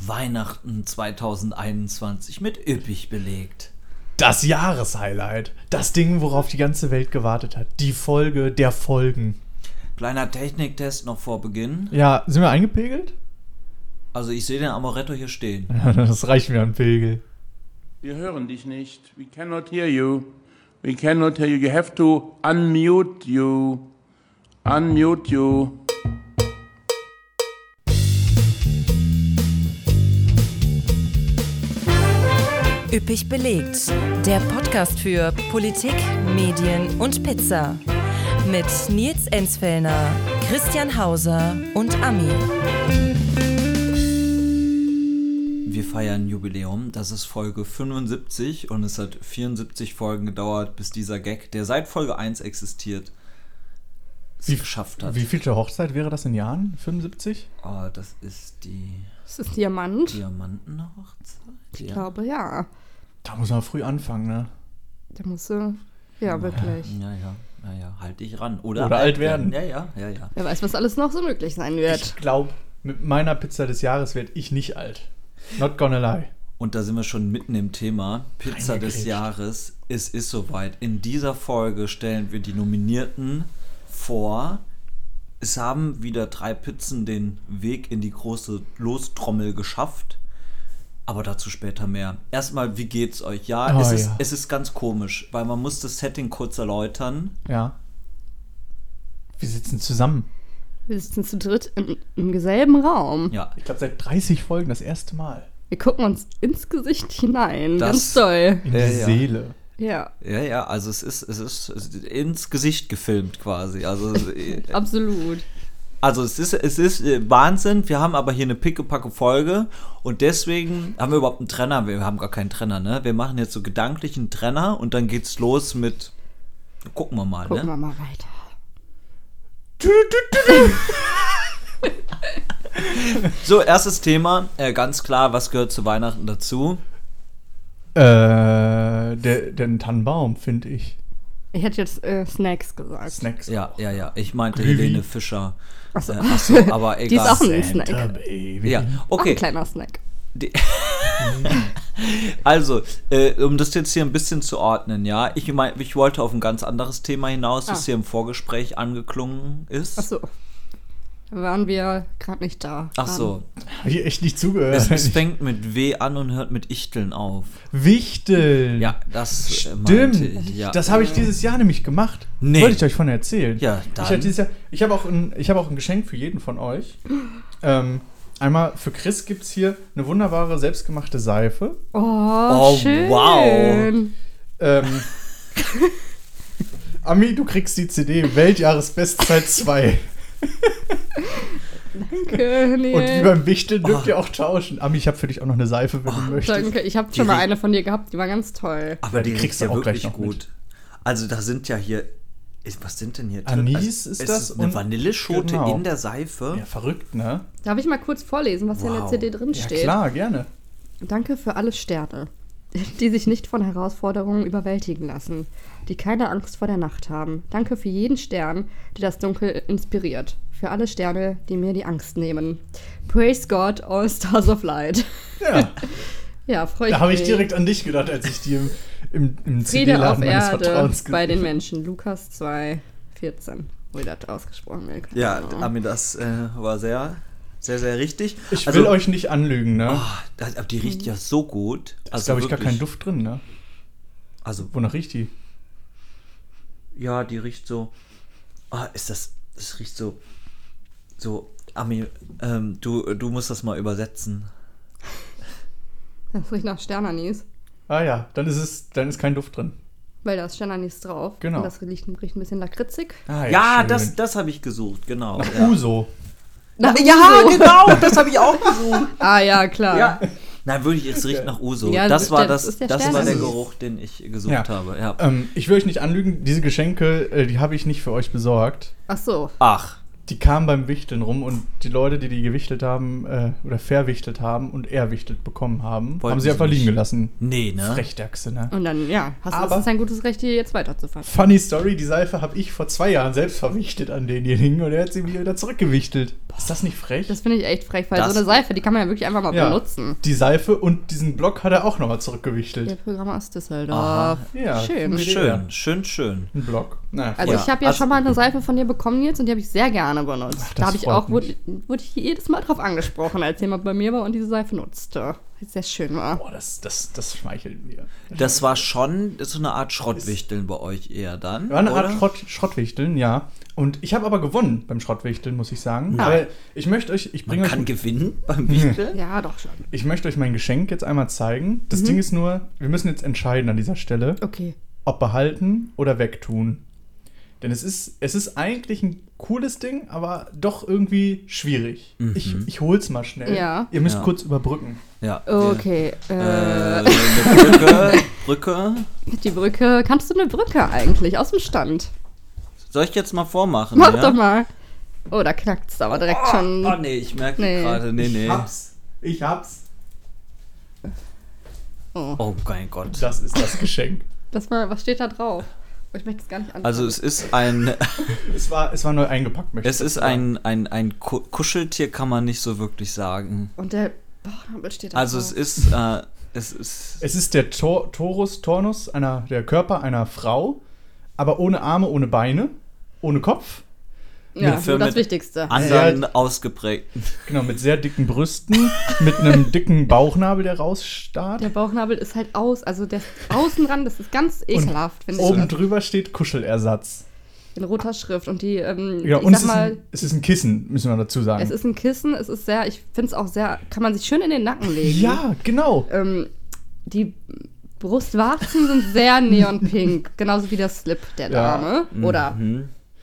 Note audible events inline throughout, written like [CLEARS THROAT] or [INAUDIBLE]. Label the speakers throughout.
Speaker 1: Weihnachten 2021 mit üppig belegt.
Speaker 2: Das Jahreshighlight. Das Ding, worauf die ganze Welt gewartet hat. Die Folge der Folgen.
Speaker 1: Kleiner Techniktest noch vor Beginn.
Speaker 2: Ja, sind wir eingepegelt? [LAUGHS]
Speaker 1: Also ich sehe den Amoretto hier stehen.
Speaker 2: das reicht mir an Pegel.
Speaker 3: Wir hören dich nicht. We cannot hear you. We cannot hear you. You have to unmute you. Unmute you.
Speaker 4: Üppig belegt. Der Podcast für Politik, Medien und Pizza. Mit Nils Enzfellner, Christian Hauser und Ami.
Speaker 1: Wir feiern Jubiläum. Das ist Folge 75 und es hat 74 Folgen gedauert, bis dieser Gag, der seit Folge 1 existiert, es geschafft hat.
Speaker 2: Wie vielte Hochzeit wäre das in Jahren? 75?
Speaker 1: Oh, das ist die
Speaker 5: Ist das Diamant?
Speaker 1: Diamantenhochzeit.
Speaker 5: Ich glaube, ja.
Speaker 2: Da muss man früh anfangen, ne? Ja,
Speaker 5: Da musst du. Ja, wirklich.
Speaker 1: Ja, ja, ja, ja. Halt dich ran. Oder,
Speaker 2: Oder alt werden.
Speaker 1: Ja, ja, ja, ja.
Speaker 5: Wer weiß, was alles noch so möglich sein
Speaker 2: Ich
Speaker 5: wird.
Speaker 2: glaube, mit meiner Pizza des Jahres werde ich nicht alt. Not gonna lie.
Speaker 1: Und da sind wir schon mitten im Thema. Pizza des
Speaker 2: Reingekriegt.
Speaker 1: Jahres. Es ist soweit. In dieser Folge stellen wir die Nominierten vor. Es haben wieder drei Pizzen den Weg in die große Lostrommel geschafft. Aber dazu später mehr. Erstmal, wie geht's euch? Ja,
Speaker 2: Oh,
Speaker 1: es, Ist,
Speaker 2: ja.
Speaker 1: es ist ganz komisch, weil man muss das Setting kurz erläutern.
Speaker 2: Ja. Wir sitzen zusammen.
Speaker 5: Wir sitzen zu dritt im, im selben Raum.
Speaker 1: Ja,
Speaker 2: Ich glaube, seit 30 Folgen das erste Mal.
Speaker 5: Wir gucken uns ins Gesicht hinein.
Speaker 1: Das-
Speaker 5: Ganz toll.
Speaker 2: In die
Speaker 1: Ja, ja.
Speaker 2: Seele.
Speaker 5: Ja,
Speaker 1: ja, ja, also es ist, es ist, es ist ins Gesicht gefilmt quasi. [LAUGHS] Also
Speaker 5: absolut.
Speaker 1: Also es ist, es ist äh, Wahnsinn, wir haben aber hier eine pickepacke Folge und deswegen haben wir überhaupt einen Trenner, wir haben gar keinen Trenner, ne? Wir machen jetzt so gedanklich einen Trenner und dann geht's los mit gucken wir mal,
Speaker 5: Gucken
Speaker 1: ne?
Speaker 5: wir mal weiter.
Speaker 1: So, erstes Thema, äh, ganz klar, was gehört zu Weihnachten dazu?
Speaker 2: Äh, der, den Tannenbaum, finde ich.
Speaker 5: Ich hätte jetzt äh, Snacks gesagt.
Speaker 2: Snacks.
Speaker 1: Ja, ja, ja, ich meinte
Speaker 2: Glühwein.
Speaker 1: Helene Fischer.
Speaker 5: Achso.
Speaker 1: Äh, ach so,
Speaker 5: [LAUGHS]
Speaker 1: aber egal. Äh,
Speaker 5: Die ist auch ein Snack.
Speaker 2: Santa Baby.
Speaker 1: ja,
Speaker 5: Auch
Speaker 1: okay.
Speaker 5: ein kleiner Snack.
Speaker 1: Die- also, äh, um das jetzt hier ein bisschen zu ordnen, ja, ich meine, ich wollte auf ein ganz anderes Thema hinaus, das
Speaker 5: Ah.
Speaker 1: hier im Vorgespräch angeklungen ist.
Speaker 5: Achso. Da waren wir gerade nicht da.
Speaker 1: Ach so.
Speaker 2: Hab ich echt nicht zugehört.
Speaker 1: Es, es fängt mit W an und hört mit Ichteln auf.
Speaker 2: Wichteln.
Speaker 1: Ja, das äh, meinte
Speaker 2: Stimmt.
Speaker 1: ich. Ja.
Speaker 2: Das habe ich dieses Jahr nämlich gemacht.
Speaker 1: Nee.
Speaker 2: Wollte ich euch von erzählen.
Speaker 1: Ja,
Speaker 2: ich
Speaker 1: dann.
Speaker 2: habe dieses Jahr, ich habe auch ein, ich habe auch ein Geschenk für jeden von euch. Ähm, einmal für Chris gibt's hier eine wunderbare selbstgemachte Seife.
Speaker 5: Oh,
Speaker 1: Oh,
Speaker 5: schön.
Speaker 1: wow.
Speaker 5: [LAUGHS]
Speaker 2: Ähm, Ami, du kriegst die CD Weltjahresbestzeit 2.
Speaker 5: Danke,
Speaker 2: Und wie
Speaker 5: Nils.
Speaker 2: beim Wichteln dürft
Speaker 1: Oh.
Speaker 2: ihr auch tauschen. Ami, ich habe für dich auch noch eine Seife, wenn du möchtest.
Speaker 5: Oh, Danke. Ich habe schon mal eine von dir gehabt, die war ganz toll.
Speaker 1: Aber
Speaker 2: Ja,
Speaker 1: die,
Speaker 2: die
Speaker 1: kriegst
Speaker 2: kriegst
Speaker 1: du
Speaker 2: du
Speaker 1: ja
Speaker 2: auch gleich
Speaker 1: wirklich
Speaker 2: noch
Speaker 1: gut. Also da sind ja hier. ist- Was sind denn hier
Speaker 2: Anis
Speaker 1: Also,
Speaker 2: ist
Speaker 1: es
Speaker 2: das
Speaker 1: Ist eine
Speaker 2: und-
Speaker 1: Vanilleschote
Speaker 2: genau.
Speaker 1: in der Seife.
Speaker 2: Ja, verrückt, ne?
Speaker 5: Darf ich mal kurz vorlesen, was hier in der
Speaker 1: Wow.
Speaker 5: CD drin
Speaker 2: Ja,
Speaker 5: steht?
Speaker 2: klar, gerne.
Speaker 5: Danke für alle Sterne, die sich nicht von Herausforderungen überwältigen lassen, die keine Angst vor der Nacht haben. Danke für jeden Stern, der das Dunkel inspiriert. Für alle Sterne, die mir die Angst nehmen. Praise God, all stars of light. [LAUGHS]
Speaker 1: [LAUGHS]
Speaker 2: Ja.
Speaker 5: Ja, freue ich
Speaker 2: Da habe ich
Speaker 5: mich.
Speaker 2: direkt an dich gedacht, als ich die im, im, im
Speaker 5: Friede auf
Speaker 2: CD-Laden meines
Speaker 5: Erde
Speaker 2: Vertrauens
Speaker 5: bei den
Speaker 2: gesehen
Speaker 5: Menschen. Lukas 2, 14. Wo das ausgesprochen wird. keine
Speaker 1: Ja,
Speaker 5: Ahnung.
Speaker 1: Ami, das äh, war sehr, sehr, sehr richtig.
Speaker 2: Ich
Speaker 1: Also-
Speaker 2: will euch nicht anlügen, ne?
Speaker 1: Oh, das, aber die riecht ja so gut.
Speaker 2: da ist, glaube ich, gar kein Duft drin, ne?
Speaker 1: Also,
Speaker 2: Wonach riecht die?
Speaker 1: ja, die riecht so. Ah, ist das. Es riecht so. So, Ami, ähm, du, du musst das mal übersetzen.
Speaker 5: Das riecht nach Sternanis,
Speaker 2: Ah ja, dann ist es, dann ist kein Duft drin.
Speaker 5: weil da ist Sternanis drauf.
Speaker 2: Genau.
Speaker 5: Und das riecht, riecht ein bisschen lakritzig.
Speaker 2: Ah,
Speaker 1: Ja,
Speaker 2: schön.
Speaker 1: das, das habe ich gesucht, genau.
Speaker 2: Nach
Speaker 1: ja.
Speaker 2: Uso.
Speaker 5: Nach
Speaker 1: ja,
Speaker 5: Uso.
Speaker 1: [LAUGHS] genau, das habe ich auch gesucht.
Speaker 5: Ah ja, klar.
Speaker 1: Ja. Nein, wirklich, es riecht nach Uso.
Speaker 5: Ja,
Speaker 1: das war
Speaker 5: das
Speaker 1: das,
Speaker 5: ist der
Speaker 1: das war
Speaker 5: Stern.
Speaker 1: der Geruch, den ich gesucht
Speaker 2: Ja.
Speaker 1: habe. Ja.
Speaker 2: Ähm, ich will euch nicht anlügen, diese Geschenke, äh, die habe ich nicht für euch besorgt.
Speaker 5: Ach so.
Speaker 1: Ach,
Speaker 2: Die kamen beim Wichteln rum und die Leute, die die gewichtelt haben äh, oder verwichtelt haben und erwichtelt bekommen haben,
Speaker 1: Wollten
Speaker 2: haben sie
Speaker 1: sie
Speaker 2: einfach liegen
Speaker 1: nicht.
Speaker 2: gelassen.
Speaker 1: nee, ne?
Speaker 2: Frechdachse, ne?
Speaker 5: Und dann, ja, hast du
Speaker 2: Aber-
Speaker 5: das ist ein gutes Recht, hier jetzt weiterzufahren.
Speaker 2: Funny Story, die Seife habe ich vor zwei Jahren selbst verwichtet an denjenigen und er hat sie mir wieder zurückgewichtelt. Ist das nicht frech?
Speaker 5: Das finde ich echt frech, weil
Speaker 1: Das-
Speaker 5: so eine Seife, die kann man ja wirklich einfach mal
Speaker 2: Ja.
Speaker 5: benutzen.
Speaker 2: Die Seife und diesen Block hat er auch nochmal zurückgewichtelt.
Speaker 5: Der Programm aus Düsseldorf.
Speaker 1: Aha.
Speaker 2: Ja,
Speaker 5: Schön.
Speaker 2: gute Idee.
Speaker 1: Schön, schön, schön.
Speaker 2: Ein Block. Naja,
Speaker 5: Also
Speaker 1: Ja,
Speaker 5: ich habe ja
Speaker 1: also-
Speaker 5: schon mal eine Seife von dir bekommen, Nils, und die habe ich sehr gerne benutzt.
Speaker 2: Ach, das
Speaker 5: da habe ich
Speaker 2: freut
Speaker 5: auch, wurde,
Speaker 2: mich.
Speaker 5: wurde ich jedes Mal drauf angesprochen, als jemand bei mir war und diese Seife nutzte. Weil es sehr schön war.
Speaker 2: boah, das, das, das schmeichelt mir.
Speaker 1: Das war schon so eine Art Schrottwichteln bei euch eher dann.
Speaker 2: War eine Art
Speaker 1: oder?
Speaker 2: Schrott, Schrottwichteln, ja. Und ich habe aber gewonnen beim Schrottwichteln, muss ich sagen. Aber ich möchte euch, ich
Speaker 1: Man
Speaker 2: bringe euch,
Speaker 1: kann gewinnen beim Wichteln.
Speaker 5: Ja, doch schon.
Speaker 2: ich möchte euch mein Geschenk jetzt einmal zeigen.
Speaker 5: Mhm.
Speaker 2: Das Ding ist nur, wir müssen jetzt entscheiden an dieser Stelle,
Speaker 5: Okay.
Speaker 2: ob behalten oder wegtun. Denn es ist, es ist eigentlich ein cooles Ding, aber doch irgendwie schwierig. Ich, ich hol's mal schnell.
Speaker 5: Ja.
Speaker 2: Ihr müsst
Speaker 1: Mhm. Ja.
Speaker 2: kurz überbrücken.
Speaker 1: Ja.
Speaker 5: Okay.
Speaker 1: Äh,
Speaker 5: Äh,
Speaker 1: eine Brücke, Brücke.
Speaker 5: die Brücke. Kannst du eine Brücke eigentlich aus dem Stand?
Speaker 1: Soll ich jetzt mal vormachen?
Speaker 5: Mach
Speaker 1: ja?
Speaker 5: doch mal. Oh, da knackt es aber direkt schon.
Speaker 1: Oh, oh nee, ich merke
Speaker 5: Nee.
Speaker 1: gerade, nee, nee.
Speaker 2: Ich hab's. Ich hab's.
Speaker 1: Oh mein Gott.
Speaker 2: Das ist
Speaker 1: [LAUGHS]
Speaker 2: das Geschenk.
Speaker 5: Das mal, was steht da drauf? Oh, ich möchte es gar nicht anschauen.
Speaker 1: Also es ist ein,
Speaker 2: es, war, es war neu eingepackt, möchte
Speaker 1: es
Speaker 2: ich
Speaker 1: ist
Speaker 2: dazu sagen.
Speaker 1: ein, ein, ein Ku- Kuscheltier, kann man nicht so wirklich sagen.
Speaker 5: und der Bauchnabel steht da
Speaker 1: Also
Speaker 5: drauf.
Speaker 1: es ist, äh, es ist,
Speaker 2: Es ist der Tor Torus, Tornus, einer, der Körper einer Frau, aber ohne Arme, ohne Beine, ohne Kopf.
Speaker 5: ja,
Speaker 1: Dafür
Speaker 5: nur Also das
Speaker 1: mit
Speaker 5: Wichtigste.
Speaker 1: anderen
Speaker 2: halt-
Speaker 1: ausgeprägten.
Speaker 2: Genau, mit sehr
Speaker 1: [LAUGHS]
Speaker 2: dicken Brüsten, mit einem dicken Bauchnabel, der rausstarrt.
Speaker 5: Der Bauchnabel ist halt aus, also der Außenrand, das ist ganz ekelhaft, finde ich.
Speaker 2: Oben drüber steht Kuschelersatz.
Speaker 5: In roter Schrift und die, ähm,
Speaker 2: Ja,
Speaker 5: ich
Speaker 2: und es
Speaker 5: sag
Speaker 2: ist,
Speaker 5: mal,
Speaker 2: ein, es ist ein Kissen, müssen wir dazu sagen.
Speaker 5: es ist ein Kissen, es ist sehr, ich finde es auch sehr, kann man sich schön in den Nacken legen.
Speaker 2: ja, genau.
Speaker 5: Ähm, die Brustwarzen sind sehr neonpink, genauso wie der Slip der
Speaker 2: Ja. Mhm.
Speaker 5: Dame. Oder?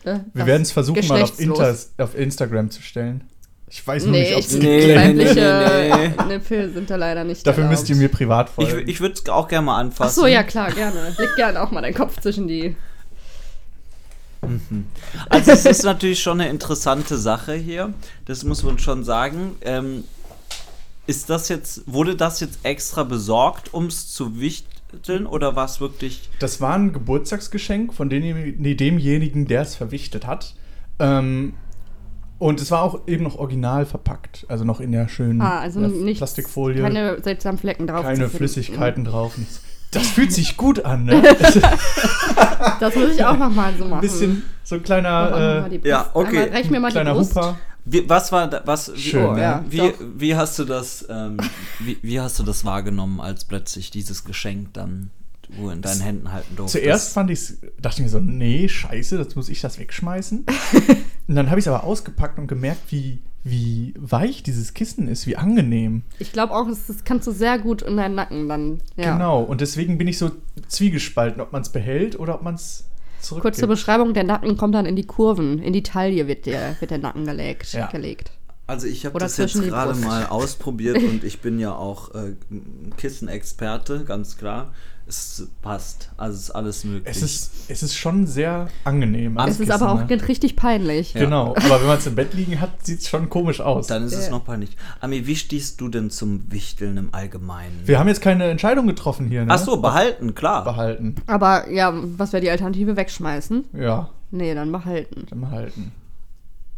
Speaker 5: äh,
Speaker 2: Wir
Speaker 5: das
Speaker 2: werden es versuchen, mal auf,
Speaker 5: geschlechtslos.
Speaker 2: Inter auf Instagram zu stellen. Ich weiß nur
Speaker 5: Nee,
Speaker 2: nicht, ob
Speaker 5: ich,
Speaker 2: es
Speaker 1: ob's Nee, nee,
Speaker 2: [LAUGHS]
Speaker 5: nee,
Speaker 2: geklärt
Speaker 1: nee,
Speaker 5: weibliche
Speaker 1: nee,
Speaker 5: Nippel sind da leider nicht
Speaker 2: Dafür
Speaker 5: erlaubt.
Speaker 2: müsst ihr mir privat folgen.
Speaker 1: Ich, ich würde es auch gerne mal anfassen.
Speaker 5: Ach so, ja klar, gerne. Leg gerne auch mal deinen Kopf zwischen
Speaker 2: Hm.
Speaker 5: die.
Speaker 1: Also es ist natürlich schon eine interessante Sache hier. Das muss man schon sagen. Ähm, ist das jetzt, wurde das jetzt extra besorgt, um es zu wichteln oder war es wirklich?
Speaker 2: Das war ein Geburtstagsgeschenk von dem, nee, demjenigen, der es verwichtet hat. Ähm, und es war auch eben noch original verpackt, also noch in der schönen
Speaker 5: Ah, also
Speaker 2: in der
Speaker 5: nicht.
Speaker 2: Plastikfolie, keine,
Speaker 5: Keine seltsamen Flecken drauf. zu finden.
Speaker 2: Flüssigkeiten drauf. nichts. Das fühlt sich gut an,
Speaker 5: [LAUGHS]
Speaker 2: ne?
Speaker 5: Das muss ich auch nochmal so machen.
Speaker 2: Ein bisschen so ein
Speaker 5: Mach auch noch
Speaker 2: kleiner
Speaker 5: mal die
Speaker 2: äh,
Speaker 5: Brust.
Speaker 1: Ja, okay.
Speaker 5: Einmal, reich mir mal
Speaker 2: kleiner
Speaker 5: die Brust.
Speaker 2: Hooper.
Speaker 1: Wie, was war da, was?
Speaker 2: Schön,
Speaker 1: wie, oh,
Speaker 2: ne?
Speaker 5: ja,
Speaker 1: wie,
Speaker 5: doch.
Speaker 1: wie hast du das? Ähm, wie, wie hast du das wahrgenommen, als plötzlich dieses Geschenk dann du in deinen Händen halten durftest?
Speaker 2: Zuerst fand ich dachte ich mir so, nee, scheiße, das muss ich das
Speaker 5: [LAUGHS]
Speaker 2: wegschmeißen. und dann habe ich es aber ausgepackt und gemerkt, wie, wie weich dieses Kissen ist, wie angenehm.
Speaker 5: Ich glaube auch, das, das kannst du sehr gut in deinen Nacken dann. Ja.
Speaker 2: Genau, und deswegen bin ich so zwiegespalten, ob man es behält oder ob man es zurückgibt.
Speaker 5: Kurz zur Beschreibung, der Nacken kommt dann in die Kurven, in die Taille wird der, wird der Nacken gelegt.
Speaker 2: Ja.
Speaker 5: gelegt.
Speaker 1: Also ich habe
Speaker 5: Oder
Speaker 1: das jetzt
Speaker 5: zwischen die
Speaker 1: gerade
Speaker 5: Brust.
Speaker 1: mal ausprobiert
Speaker 5: [LAUGHS]
Speaker 1: und ich bin ja auch äh, Kissenexperte, ganz klar. Es passt, also es ist alles möglich.
Speaker 2: es, ist, es ist schon sehr angenehm. als
Speaker 5: Es ist aber auch
Speaker 2: Kissen, ne?
Speaker 5: richtig peinlich.
Speaker 2: Genau, aber wenn man es im Bett liegen hat, sieht es schon komisch aus.
Speaker 1: Dann ist es
Speaker 5: Ja.
Speaker 1: noch peinlich. Ami, wie stehst du denn zum Wichteln im Allgemeinen?
Speaker 2: Wir haben jetzt keine Entscheidung getroffen hier. Ne?
Speaker 1: Ach so, behalten, klar.
Speaker 2: Behalten.
Speaker 5: Aber ja, was wäre die Alternative? Wegschmeißen?
Speaker 2: Ja,
Speaker 5: Nee, dann behalten.
Speaker 2: dann behalten.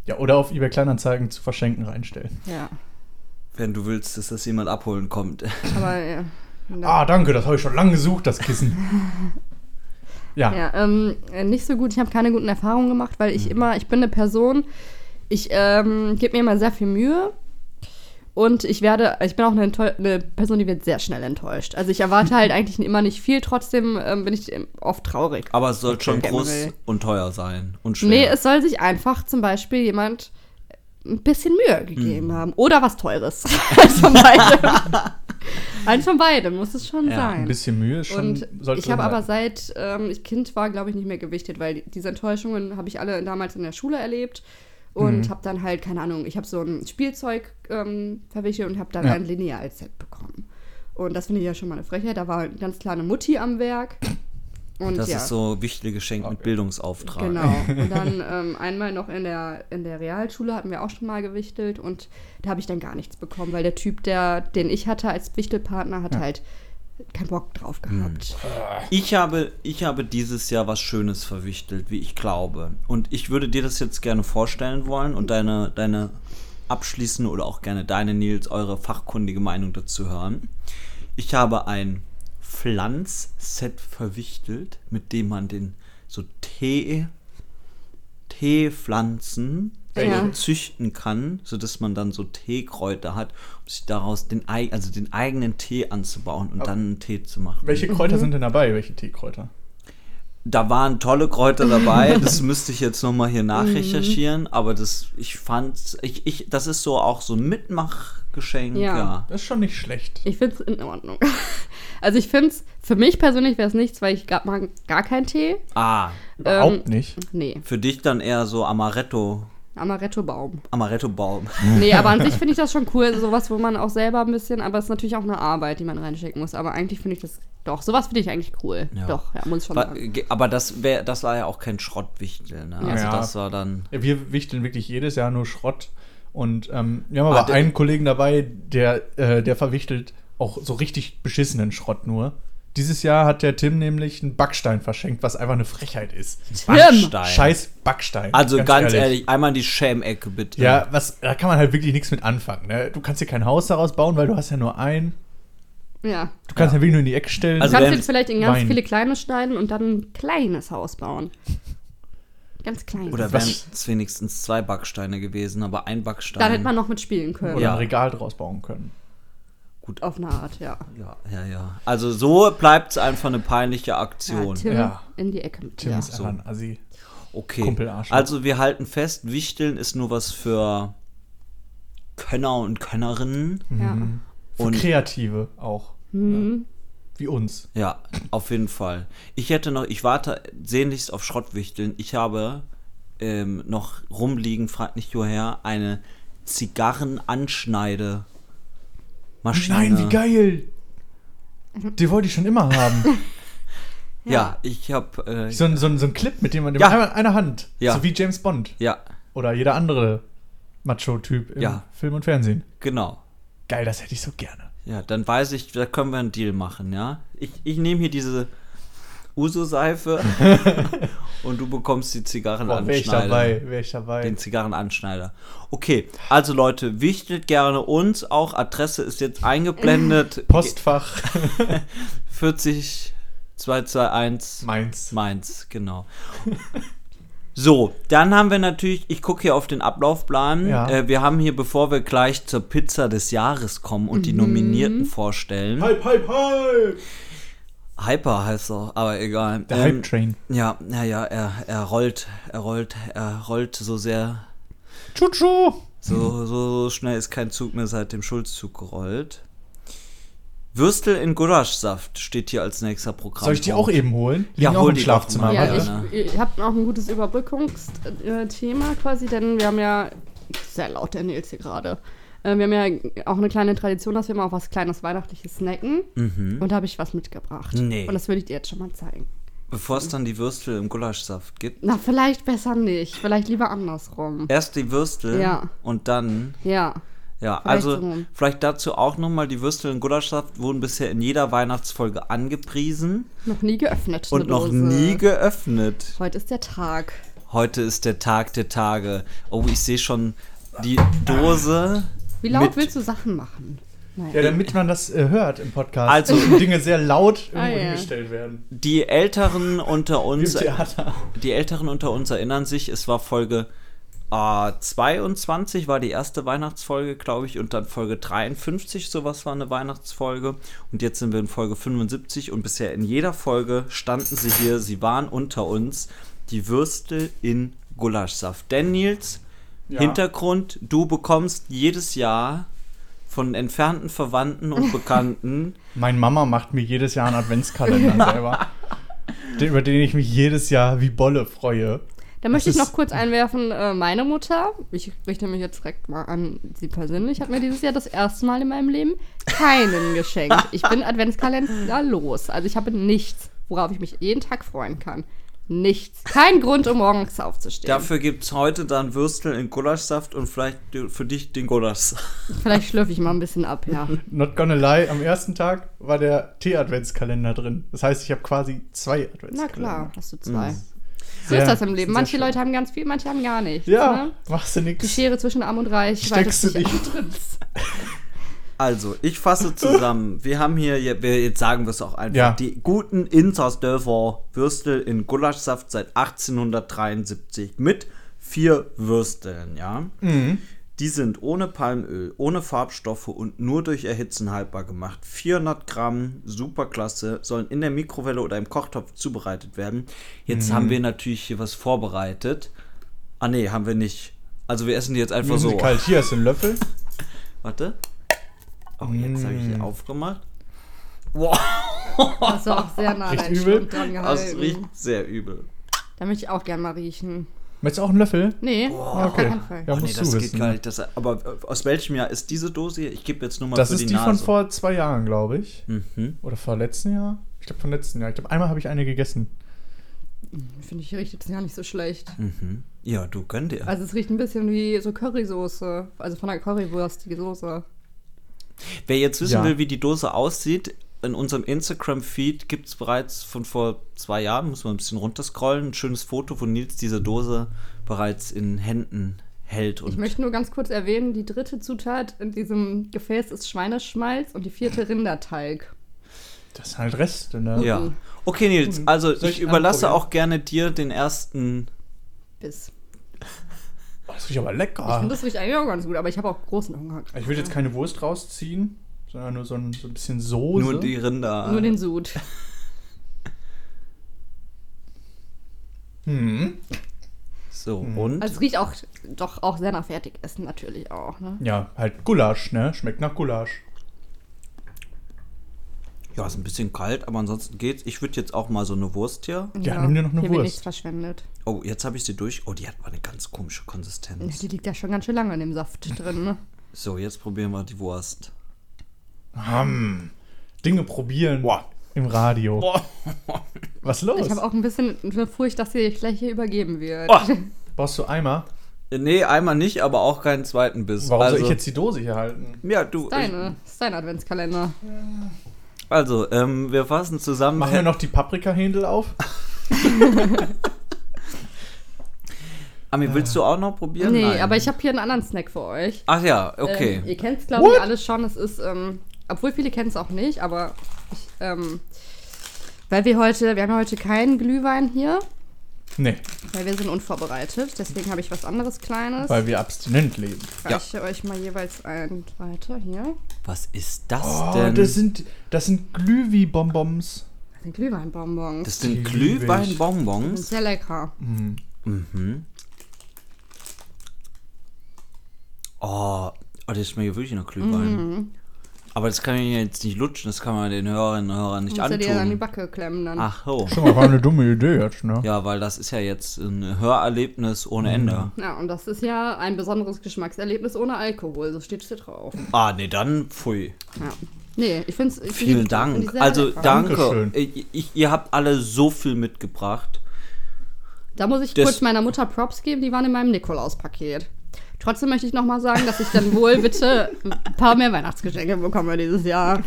Speaker 2: Ja, oder auf eBay Kleinanzeigen zu verschenken reinstellen.
Speaker 5: Ja.
Speaker 1: Wenn du willst, dass das jemand abholen kommt. [LAUGHS]
Speaker 5: Aber ja. Na.
Speaker 2: Ah, danke, das habe ich schon lange gesucht, das
Speaker 5: [LAUGHS]
Speaker 2: Kissen. ja,
Speaker 5: Ja, ähm, nicht so gut. Ich habe keine guten Erfahrungen gemacht, weil ich immer, ich bin eine Person, ich ähm, gebe mir immer sehr viel Mühe und ich werde, ich bin auch eine, enttäu- eine Person, die wird sehr schnell enttäuscht. Also ich erwarte halt eigentlich immer nicht viel, trotzdem ähm, bin ich ähm, oft traurig.
Speaker 1: Aber es soll schon groß
Speaker 5: Generell.
Speaker 1: und teuer sein. Und schwer.
Speaker 5: Nee, es soll sich einfach zum Beispiel jemand ein bisschen Mühe gegeben haben. Oder was Teures. [LAUGHS] Eins von beidem. Eins von beidem, muss es schon
Speaker 1: Ja,
Speaker 5: sein.
Speaker 2: ein bisschen Mühe ist schon.
Speaker 5: Und
Speaker 2: sollte
Speaker 5: ich habe
Speaker 2: drin
Speaker 5: aber
Speaker 2: sein.
Speaker 5: seit ähm, ich Kind war, glaube ich, nicht mehr gewichtet, weil diese Enttäuschungen habe ich alle damals in der Schule erlebt und
Speaker 2: Mhm.
Speaker 5: habe dann halt, keine Ahnung, ich habe so ein Spielzeug ähm, verwickelt und habe dann
Speaker 2: Ja.
Speaker 5: ein Linealset bekommen. Und das finde ich ja schon mal eine Frechheit. Da war eine ganz kleine Mutti
Speaker 2: [LAUGHS]
Speaker 5: am Werk. Und
Speaker 1: das
Speaker 5: ja,
Speaker 1: ist so wichtige Geschenk mit Bildungsauftrag.
Speaker 5: Genau.
Speaker 2: [LAUGHS]
Speaker 5: Und dann ähm, einmal noch in der, in der Realschule hatten wir auch schon mal gewichtelt und da habe ich dann gar nichts bekommen, weil der Typ, der, den ich hatte als Wichtelpartner, hat halt keinen Bock drauf
Speaker 2: Mhm.
Speaker 5: gehabt.
Speaker 1: Ich habe, ich habe dieses Jahr was Schönes verwichtelt, wie ich glaube. Und ich würde dir das jetzt gerne vorstellen wollen und deine, deine abschließende oder auch gerne deine, Nils, eure fachkundige Meinung dazu hören. Ich habe ein Pflanzset verwichtelt, mit dem man den so Tee, Teepflanzen äh,
Speaker 5: Ja.
Speaker 1: züchten kann, sodass man dann so Teekräuter hat, um sich daraus den, ei- also den eigenen Tee anzubauen und dann einen Tee zu machen.
Speaker 2: Welche
Speaker 5: Mhm.
Speaker 2: Kräuter sind denn dabei? Welche Teekräuter?
Speaker 1: Da waren tolle Kräuter
Speaker 5: [LAUGHS]
Speaker 1: dabei, das müsste ich jetzt nochmal hier
Speaker 5: Mhm.
Speaker 1: nachrecherchieren, aber das, ich fand's, ich, ich, das ist so auch so ein Mitmachgeschenk, ja.
Speaker 5: Ja.
Speaker 2: Das ist schon nicht schlecht.
Speaker 5: Ich finde es in Ordnung. [LAUGHS] Also ich finde es, für mich persönlich wäre es nichts, weil ich gab mal gar keinen Tee.
Speaker 1: Ah,
Speaker 5: ähm,
Speaker 2: Überhaupt nicht.
Speaker 5: Nee,
Speaker 1: für dich dann eher so Amaretto,
Speaker 5: Amaretto-Baum. [LAUGHS]
Speaker 1: Amaretto-Baum.
Speaker 5: Nee, aber an sich finde ich das schon cool. Also sowas, wo man auch selber ein bisschen, aber es ist natürlich auch eine Arbeit, die man reinstecken muss. Aber eigentlich finde ich das, doch, sowas finde ich eigentlich cool.
Speaker 1: Ja.
Speaker 5: Doch, ja, muss ich schon
Speaker 1: Wa-
Speaker 5: sagen.
Speaker 1: ge- Aber das wär, das war ja auch kein Schrottwichtel, ne? Also
Speaker 2: Ja.
Speaker 1: das war dann.
Speaker 2: Wir wichteln wirklich jedes Jahr nur Schrott. Und ähm, wir haben aber
Speaker 1: Ah, der-
Speaker 2: einen Kollegen dabei, der, äh, der verwichtelt auch so richtig beschissenen Schrott nur. Dieses Jahr hat der Tim nämlich einen Backstein verschenkt, was einfach eine Frechheit ist.
Speaker 1: Backstein.
Speaker 2: Scheiß Backstein.
Speaker 1: Also ganz, ehrlich. einmal in die Schämecke bitte.
Speaker 2: Ja, was, da kann man halt wirklich nichts mit anfangen. Ne? Du kannst dir kein Haus daraus bauen, weil du hast ja nur einen.
Speaker 5: Ja.
Speaker 2: Du kannst ja, wirklich nur in die Ecke stellen.
Speaker 5: Du
Speaker 1: Also
Speaker 5: kannst
Speaker 1: wenn-
Speaker 5: jetzt vielleicht in ganz
Speaker 2: Wein.
Speaker 5: viele kleine schneiden und dann ein kleines Haus bauen. Ganz klein.
Speaker 1: Oder wären
Speaker 2: Was-
Speaker 1: es wenigstens zwei Backsteine gewesen, aber ein Backstein.
Speaker 5: dann hätte man noch mitspielen können.
Speaker 2: oder
Speaker 1: Ja.
Speaker 2: ein Regal draus bauen können.
Speaker 5: Auf eine Art, ja.
Speaker 1: ja, ja, ja. Also so bleibt es einfach eine peinliche
Speaker 5: ja
Speaker 1: Aktion.
Speaker 5: Tim
Speaker 2: Ja.
Speaker 5: in die Ecke mit.
Speaker 2: Tim
Speaker 5: Ja.
Speaker 2: ist einfach ein Assi.
Speaker 1: Okay.
Speaker 2: Kumpelarsch.
Speaker 1: Also wir halten fest, Wichteln ist nur was für Könner und Könnerinnen.
Speaker 5: Ja.
Speaker 1: Und
Speaker 2: Kreative auch. Ja. Wie uns.
Speaker 1: ja, auf jeden Fall. Ich hätte noch, ich warte sehnlichst auf Schrottwichteln. Ich habe ähm, noch rumliegen, fragt nicht woher, eine Zigarrenanschneidemaschine.
Speaker 2: Nein, wie geil! Die wollte ich schon immer haben.
Speaker 1: Ja, ich habe äh,
Speaker 2: so, ein, so, ein, so ein Clip mit dem man
Speaker 1: Ja.
Speaker 2: ja. einmal einer Hand.
Speaker 1: Ja.
Speaker 2: So wie James Bond.
Speaker 1: ja,
Speaker 2: Oder jeder andere Macho-Typ im
Speaker 1: Ja.
Speaker 2: Film und Fernsehen.
Speaker 1: genau.
Speaker 2: Geil, das hätte ich so gerne.
Speaker 1: Ja, dann weiß ich, da können wir einen Deal machen, ja? Ich, ich nehme hier diese
Speaker 2: [LAUGHS]
Speaker 1: Uso-Seife und du bekommst die
Speaker 2: Boah, wäre ich
Speaker 1: Zigarrenanschneider.
Speaker 2: dabei, wäre ich dabei.
Speaker 1: Den Zigarrenanschneider. Okay, also Leute, wichtet gerne uns auch. Adresse ist jetzt
Speaker 2: [CLEARS THROAT]
Speaker 1: eingeblendet.
Speaker 2: Postfach
Speaker 1: 40 221
Speaker 2: Mainz.
Speaker 1: Mainz, genau. So, dann haben wir natürlich, ich gucke hier auf den Ablaufplan.
Speaker 2: Ja.
Speaker 1: Äh, wir haben hier, bevor wir gleich zur Pizza des Jahres kommen und die
Speaker 2: Mhm.
Speaker 1: Nominierten vorstellen.
Speaker 2: Hype, hype, hype!
Speaker 1: Hyper heißt er, aber egal.
Speaker 2: Der
Speaker 1: Ähm,
Speaker 2: Hype Train.
Speaker 1: Ja, naja, er, er rollt, er rollt, er rollt so sehr,
Speaker 2: Chuchu!
Speaker 1: so,
Speaker 2: Hm.
Speaker 1: so, so schnell ist kein Zug mehr seit dem Schulzzug gerollt. Würstel in Gulaschsaft steht hier als nächster Programm.
Speaker 2: Soll ich die auch eben holen? Liegen
Speaker 1: Ja,
Speaker 2: auch
Speaker 1: hol
Speaker 2: im
Speaker 1: die doch
Speaker 2: Schlafzimmer.
Speaker 1: mal.
Speaker 5: Ja,
Speaker 1: Ja,
Speaker 2: oder?
Speaker 1: ne?
Speaker 5: ich, ich habe auch ein gutes Überbrückungsthema quasi, denn wir haben ja, sehr laut der Nils hier gerade, Äh, wir haben ja auch eine kleine Tradition, dass wir immer auch was kleines Weihnachtliches snacken. Und da habe ich was mitgebracht.
Speaker 1: Mhm. Nee.
Speaker 5: Und das würde ich dir jetzt schon mal zeigen.
Speaker 1: Bevor es dann die Würstel im Gulaschsaft gibt.
Speaker 5: Na, vielleicht besser nicht. Vielleicht lieber andersrum.
Speaker 1: Erst die Würstel
Speaker 5: Ja.
Speaker 1: und dann
Speaker 5: Ja.
Speaker 1: Ja,
Speaker 5: Vielleicht
Speaker 1: also
Speaker 5: so.
Speaker 1: vielleicht dazu auch nochmal, die Würstel in Gulaschsaft wurden bisher in jeder Weihnachtsfolge angepriesen
Speaker 5: Noch nie geöffnet.
Speaker 1: und
Speaker 5: eine
Speaker 1: noch
Speaker 5: Dose.
Speaker 1: nie geöffnet.
Speaker 5: Heute ist der Tag.
Speaker 1: Heute ist der Tag der Tage. Oh, ich sehe schon die Dose.
Speaker 5: Wie laut
Speaker 1: mit-
Speaker 5: willst du Sachen machen?
Speaker 2: Ja, damit man das äh, hört im Podcast.
Speaker 1: Also-
Speaker 2: müssen Dinge sehr laut irgendwo
Speaker 5: Ah, ja.
Speaker 2: hingestellt werden.
Speaker 1: Die Älteren unter
Speaker 2: Im
Speaker 1: uns,
Speaker 2: Theater.
Speaker 1: die Älteren unter uns erinnern sich, es war Folge äh, 22 war die erste Weihnachtsfolge, glaube ich, und dann Folge 53, sowas war eine Weihnachtsfolge. Und jetzt sind wir in Folge 75 und bisher in jeder Folge standen sie hier, sie waren unter uns, die Würstel in Gulaschsaft. Denn Nils, Hintergrund, du bekommst jedes Jahr von entfernten Verwandten und Bekannten
Speaker 2: Mein Mama macht mir jedes Jahr einen
Speaker 5: [LAUGHS]
Speaker 2: Adventskalender selber. Den, über den ich mich jedes Jahr wie Bolle freue.
Speaker 5: Da möchte ich
Speaker 2: ist-
Speaker 5: noch kurz einwerfen, äh, meine Mutter, ich richte mich jetzt direkt mal an sie persönlich, hat mir dieses Jahr das erste Mal in meinem Leben
Speaker 2: [LAUGHS]
Speaker 5: keinen geschenkt. Ich bin Adventskalender los. Also ich habe nichts, worauf ich mich jeden Tag freuen kann. Nichts. Kein Grund, um morgens aufzustehen.
Speaker 1: Dafür gibt es heute dann Würstel in Gulaschsaft und vielleicht di- für dich den Gulasch.
Speaker 5: Vielleicht schlürfe ich mal ein bisschen ab,
Speaker 2: [LAUGHS]
Speaker 5: ja.
Speaker 2: Not gonna lie, am ersten Tag war der Tee-Adventskalender drin. Das heißt, ich habe quasi zwei Adventskalender.
Speaker 5: Na klar, hast du zwei. So
Speaker 2: Sehr-
Speaker 5: ist das im Leben.
Speaker 2: Mhm. sehr
Speaker 5: Manche
Speaker 2: schlau.
Speaker 5: Leute haben ganz viel, manche haben gar nichts.
Speaker 2: Ja,
Speaker 5: Ne?
Speaker 2: machst du
Speaker 5: Die
Speaker 2: nichts.
Speaker 5: Schere zwischen Arm und Reich. weitet
Speaker 2: Steckst du
Speaker 5: sich
Speaker 2: nicht
Speaker 5: drin?
Speaker 2: [LAUGHS]
Speaker 1: Also, ich fasse [LAUGHS] zusammen. Wir haben hier, je- wir jetzt sagen wir es auch einfach,
Speaker 2: Ja.
Speaker 1: die guten Inzersdörfer Würstel in Gulaschsaft seit 1873 mit vier Würsteln, ja. Die sind ohne Palmöl, ohne Farbstoffe und nur durch Erhitzen haltbar gemacht. 400 Gramm, superklasse, sollen in der Mikrowelle oder im Kochtopf zubereitet werden. Jetzt haben wir natürlich hier was vorbereitet. Ah, nee, haben wir nicht. Also, wir essen die jetzt einfach
Speaker 2: Nur so
Speaker 1: so.
Speaker 2: kalt. Hier hast du einen Löffel.
Speaker 1: Warte. Oh, jetzt habe ich
Speaker 2: Mm.
Speaker 1: hier aufgemacht. Wow,
Speaker 5: Hast du auch sehr nah
Speaker 2: Riecht
Speaker 5: deinen
Speaker 2: übel.
Speaker 5: Schlund dran
Speaker 1: das Also, riecht
Speaker 5: gehalten.
Speaker 1: sehr übel.
Speaker 5: Da möchte ich auch gern mal riechen.
Speaker 2: Möchtest du auch einen Löffel?
Speaker 5: Nee, auf
Speaker 2: okay.
Speaker 5: gar keinen Fall.
Speaker 2: Ja,
Speaker 1: oh, nee,
Speaker 2: musst
Speaker 1: das
Speaker 2: du
Speaker 1: geht
Speaker 2: wissen.
Speaker 1: gar nicht. Das, aber äh, aus welchem Jahr ist diese Dose hier? Ich gebe jetzt nur mal
Speaker 2: Das
Speaker 1: für
Speaker 2: ist die,
Speaker 1: die Nase.
Speaker 2: von vor zwei Jahren, glaube ich.
Speaker 1: mhm.
Speaker 2: Oder vor letzten Jahr? Ich glaube, von letzten Jahr. Ich glaube, einmal habe ich eine gegessen.
Speaker 5: Finde ich, riecht jetzt gar nicht so schlecht.
Speaker 2: Hm.
Speaker 1: Mhm. Ja, du gönn dir.
Speaker 5: Also es riecht ein bisschen wie so Currysoße. Also von der Currywurst, die Soße.
Speaker 1: Wer jetzt wissen
Speaker 2: Ja.
Speaker 1: will, wie die Dose aussieht, in unserem Instagram-Feed gibt es bereits von vor zwei Jahren, muss man ein bisschen runterscrollen, ein schönes Foto, wo Nils diese Dose bereits in Händen hält. Und
Speaker 5: Ich möchte nur ganz kurz erwähnen, die dritte Zutat in diesem Gefäß ist Schweineschmalz und die vierte Rinderteig.
Speaker 2: Das sind halt Reste, ne?
Speaker 1: ja. Okay, Nils, also
Speaker 2: Soll ich
Speaker 1: ich überlasse
Speaker 2: anprobieren?
Speaker 1: auch gerne dir den ersten
Speaker 5: Biss.
Speaker 2: Oh, das riecht aber
Speaker 5: Ich
Speaker 2: lecker.
Speaker 5: finde, das riecht eigentlich auch ganz gut, aber ich habe auch großen Hunger.
Speaker 2: Ich, würde jetzt keine Wurst rausziehen, sondern nur so ein, so ein bisschen Soße.
Speaker 1: Nur die
Speaker 2: Ah.
Speaker 1: Rinder.
Speaker 5: Nur den Sud.
Speaker 2: Hm.
Speaker 1: so, und?
Speaker 5: Also es riecht auch doch auch sehr nach Fertigessen natürlich auch. Ne?
Speaker 2: Ja, halt Gulasch, ne? Schmeckt nach Gulasch.
Speaker 1: ja, ist ein bisschen kalt, aber ansonsten geht's. Ich würde jetzt auch mal so eine Wurst hier.
Speaker 2: Ja, nimm dir noch eine
Speaker 5: Genau. hier
Speaker 2: Wurst.
Speaker 5: wird nichts verschwendet.
Speaker 1: Oh, jetzt habe ich sie durch. Oh, die hat mal eine ganz komische
Speaker 5: Ja,
Speaker 1: Konsistenz.
Speaker 5: Die liegt ja schon ganz schön lange in dem
Speaker 2: Hm.
Speaker 5: Saft drin. Ne?
Speaker 1: So, jetzt probieren wir die Wurst.
Speaker 2: Ham. Dinge probieren
Speaker 1: Boah.
Speaker 2: im Radio. Was los?
Speaker 5: Ich habe auch ein bisschen eine Furcht, dass sie sich gleich hier übergeben
Speaker 2: Oh,
Speaker 5: wird.
Speaker 1: Boah.
Speaker 2: Brauchst du Eimer?
Speaker 1: Äh, Nee, einmal nicht, aber auch keinen zweiten Biss.
Speaker 2: Warum
Speaker 1: also,
Speaker 2: soll ich jetzt die Dose hier halten?
Speaker 1: Ja, du.
Speaker 5: Deine, ist dein Adventskalender.
Speaker 1: Ich, also, ähm, wir fassen zusammen.
Speaker 2: Machen wir noch die Paprikahändel auf?
Speaker 1: Ami, willst du auch noch probieren?
Speaker 5: Nee,
Speaker 1: Nein.
Speaker 5: aber ich habe hier einen anderen Snack für euch.
Speaker 1: Ach ja, okay.
Speaker 5: Ähm, ihr kennt es, glaube ich,
Speaker 2: What?
Speaker 5: alle schon. Es ist, ähm, obwohl viele kennen es auch nicht, aber ich, ähm, weil wir heute, wir haben ja heute keinen Glühwein hier,
Speaker 2: Nee,
Speaker 5: weil wir sind unvorbereitet. Deswegen habe ich was anderes Kleines.
Speaker 2: weil wir abstinent leben.
Speaker 5: ich reiche euch mal jeweils ein weiter hier.
Speaker 1: Was ist das
Speaker 2: Oh,
Speaker 1: denn?
Speaker 2: das sind, das sind Glühwi-Bonbons.
Speaker 5: Das sind Glühweinbonbons.
Speaker 1: das sind
Speaker 2: Die liebe ich.
Speaker 5: Das ist
Speaker 1: Glühweinbonbons.
Speaker 5: sehr lecker.
Speaker 1: Oh, oh, das schmeckt ja wirklich nach Glühwein.
Speaker 5: Mhm.
Speaker 1: Aber das kann ich jetzt nicht lutschen, das kann man den Hörerinnen und Hörern nicht
Speaker 5: Musst du dir dann an die
Speaker 1: antun.
Speaker 5: Backe klemmen dann.
Speaker 1: Ach so.
Speaker 2: Schon mal war eine dumme Idee jetzt, ne?
Speaker 1: Ja, weil das ist ja jetzt ein Hörerlebnis ohne Ende.
Speaker 5: Ja, und das ist ja ein besonderes Geschmackserlebnis ohne Alkohol. So steht es hier drauf.
Speaker 1: Ah, nee, dann pfui.
Speaker 5: Ja. Nee, ich finde es.
Speaker 1: Vielen Dank. Also danke.
Speaker 2: Dankeschön.
Speaker 1: Ich, ich, ihr habt alle so viel mitgebracht.
Speaker 5: Da muss ich
Speaker 1: Das-
Speaker 5: kurz meiner Mutter Props geben, die waren in meinem Nikolaus-Paket. Trotzdem möchte ich nochmal sagen, dass ich dann wohl bitte ein paar mehr Weihnachtsgeschenke bekomme dieses Jahr.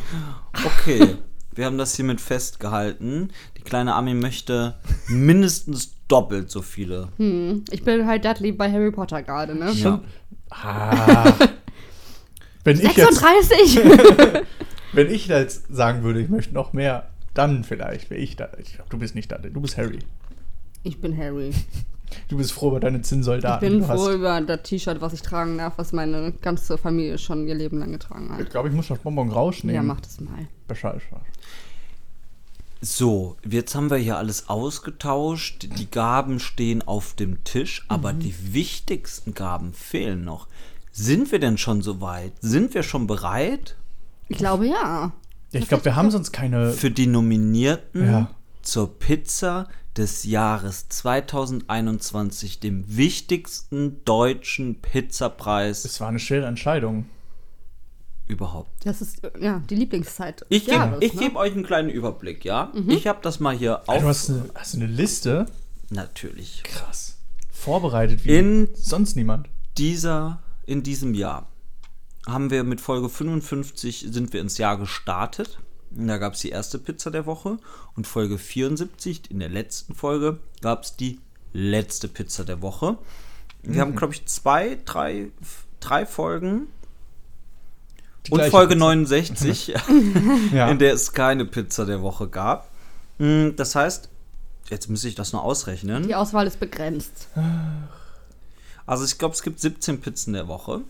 Speaker 1: Okay, wir haben das hiermit festgehalten. Die kleine Ami möchte mindestens doppelt so [LAUGHS] viele.
Speaker 5: Ich bin halt Dudley bei Harry Potter gerade, ne?
Speaker 1: Ja.
Speaker 2: Ah.
Speaker 5: [LAUGHS]
Speaker 2: wenn, ich jetzt,
Speaker 5: 36!
Speaker 1: [LAUGHS]
Speaker 2: wenn ich jetzt sagen würde, ich möchte noch mehr, dann vielleicht wäre ich da. Ich glaub, du bist nicht da, du bist Harry.
Speaker 5: Ich bin Harry.
Speaker 2: Du bist froh über deine
Speaker 5: Ich
Speaker 2: Zinnsoldaten.
Speaker 5: bin
Speaker 2: du
Speaker 5: froh über das T-Shirt, was ich tragen darf, was meine ganze Familie schon ihr Leben lang getragen
Speaker 2: Ich
Speaker 5: hat.
Speaker 2: glaube, ich muss das Bonbon rausnehmen.
Speaker 5: Ja, mach das mal.
Speaker 2: Bescheid.
Speaker 1: So, jetzt haben wir hier alles ausgetauscht. Die Gaben stehen auf dem Tisch, aber die wichtigsten Gaben fehlen noch. Sind wir denn schon so weit? Sind wir schon bereit
Speaker 5: Ich glaube ja.
Speaker 2: Ja, ich glaube, wir haben sonst keine.
Speaker 1: für die Nominierten
Speaker 2: Ja.
Speaker 1: zur Pizza des Jahres 2021, dem wichtigsten deutschen Pizzapreis
Speaker 2: Es war eine schwere Entscheidung.
Speaker 1: überhaupt?
Speaker 5: Das ist äh, ja die Lieblingszeit. des
Speaker 1: Ich gebe
Speaker 5: Jahres,
Speaker 1: ich
Speaker 5: ne? Mhm.
Speaker 1: geb euch einen kleinen Überblick, ja? Ich habe das mal hier
Speaker 2: Du
Speaker 1: auf.
Speaker 2: hast eine, hast eine Liste.
Speaker 1: Natürlich.
Speaker 2: Krass. Vorbereitet wie
Speaker 1: In-
Speaker 2: sonst niemand.
Speaker 1: Dieser, in diesem Jahr haben wir mit Folge 55 sind wir ins Jahr gestartet. Da gab es die erste Pizza der Woche und Folge 74, in der letzten Folge, gab es die letzte Pizza der Woche. Wir
Speaker 2: Mhm.
Speaker 1: haben, glaube ich, zwei, drei, drei Folgen
Speaker 2: Die
Speaker 1: und
Speaker 2: gleiche
Speaker 1: Folge [LAUGHS]
Speaker 2: Pizza.
Speaker 1: 69
Speaker 2: [LAUGHS] Ja.
Speaker 1: in der es keine Pizza der Woche gab. Mm, Das heißt, jetzt müsste ich das noch ausrechnen.
Speaker 5: Die Auswahl ist begrenzt.
Speaker 1: Also ich glaube, es gibt 17 Pizzen der Woche.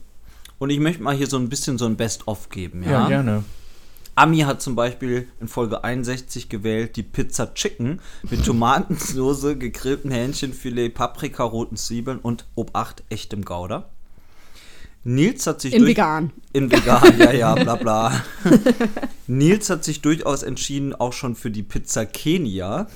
Speaker 1: Und ich möchte mal hier so ein bisschen so ein Best-of geben.
Speaker 2: ja,
Speaker 1: Ja?
Speaker 2: gerne.
Speaker 1: Ami hat zum Beispiel in Folge 61 gewählt die Pizza Chicken mit Tomatensoße, [LAUGHS] gegrillten Hähnchenfilet, Paprika, roten Zwiebeln und Obacht echtem Gouda. Nils hat sich
Speaker 5: In
Speaker 1: durch
Speaker 5: vegan.
Speaker 1: In vegan, ja, ja, bla bla. Nils hat sich durchaus entschieden, auch schon für die Pizza Kenia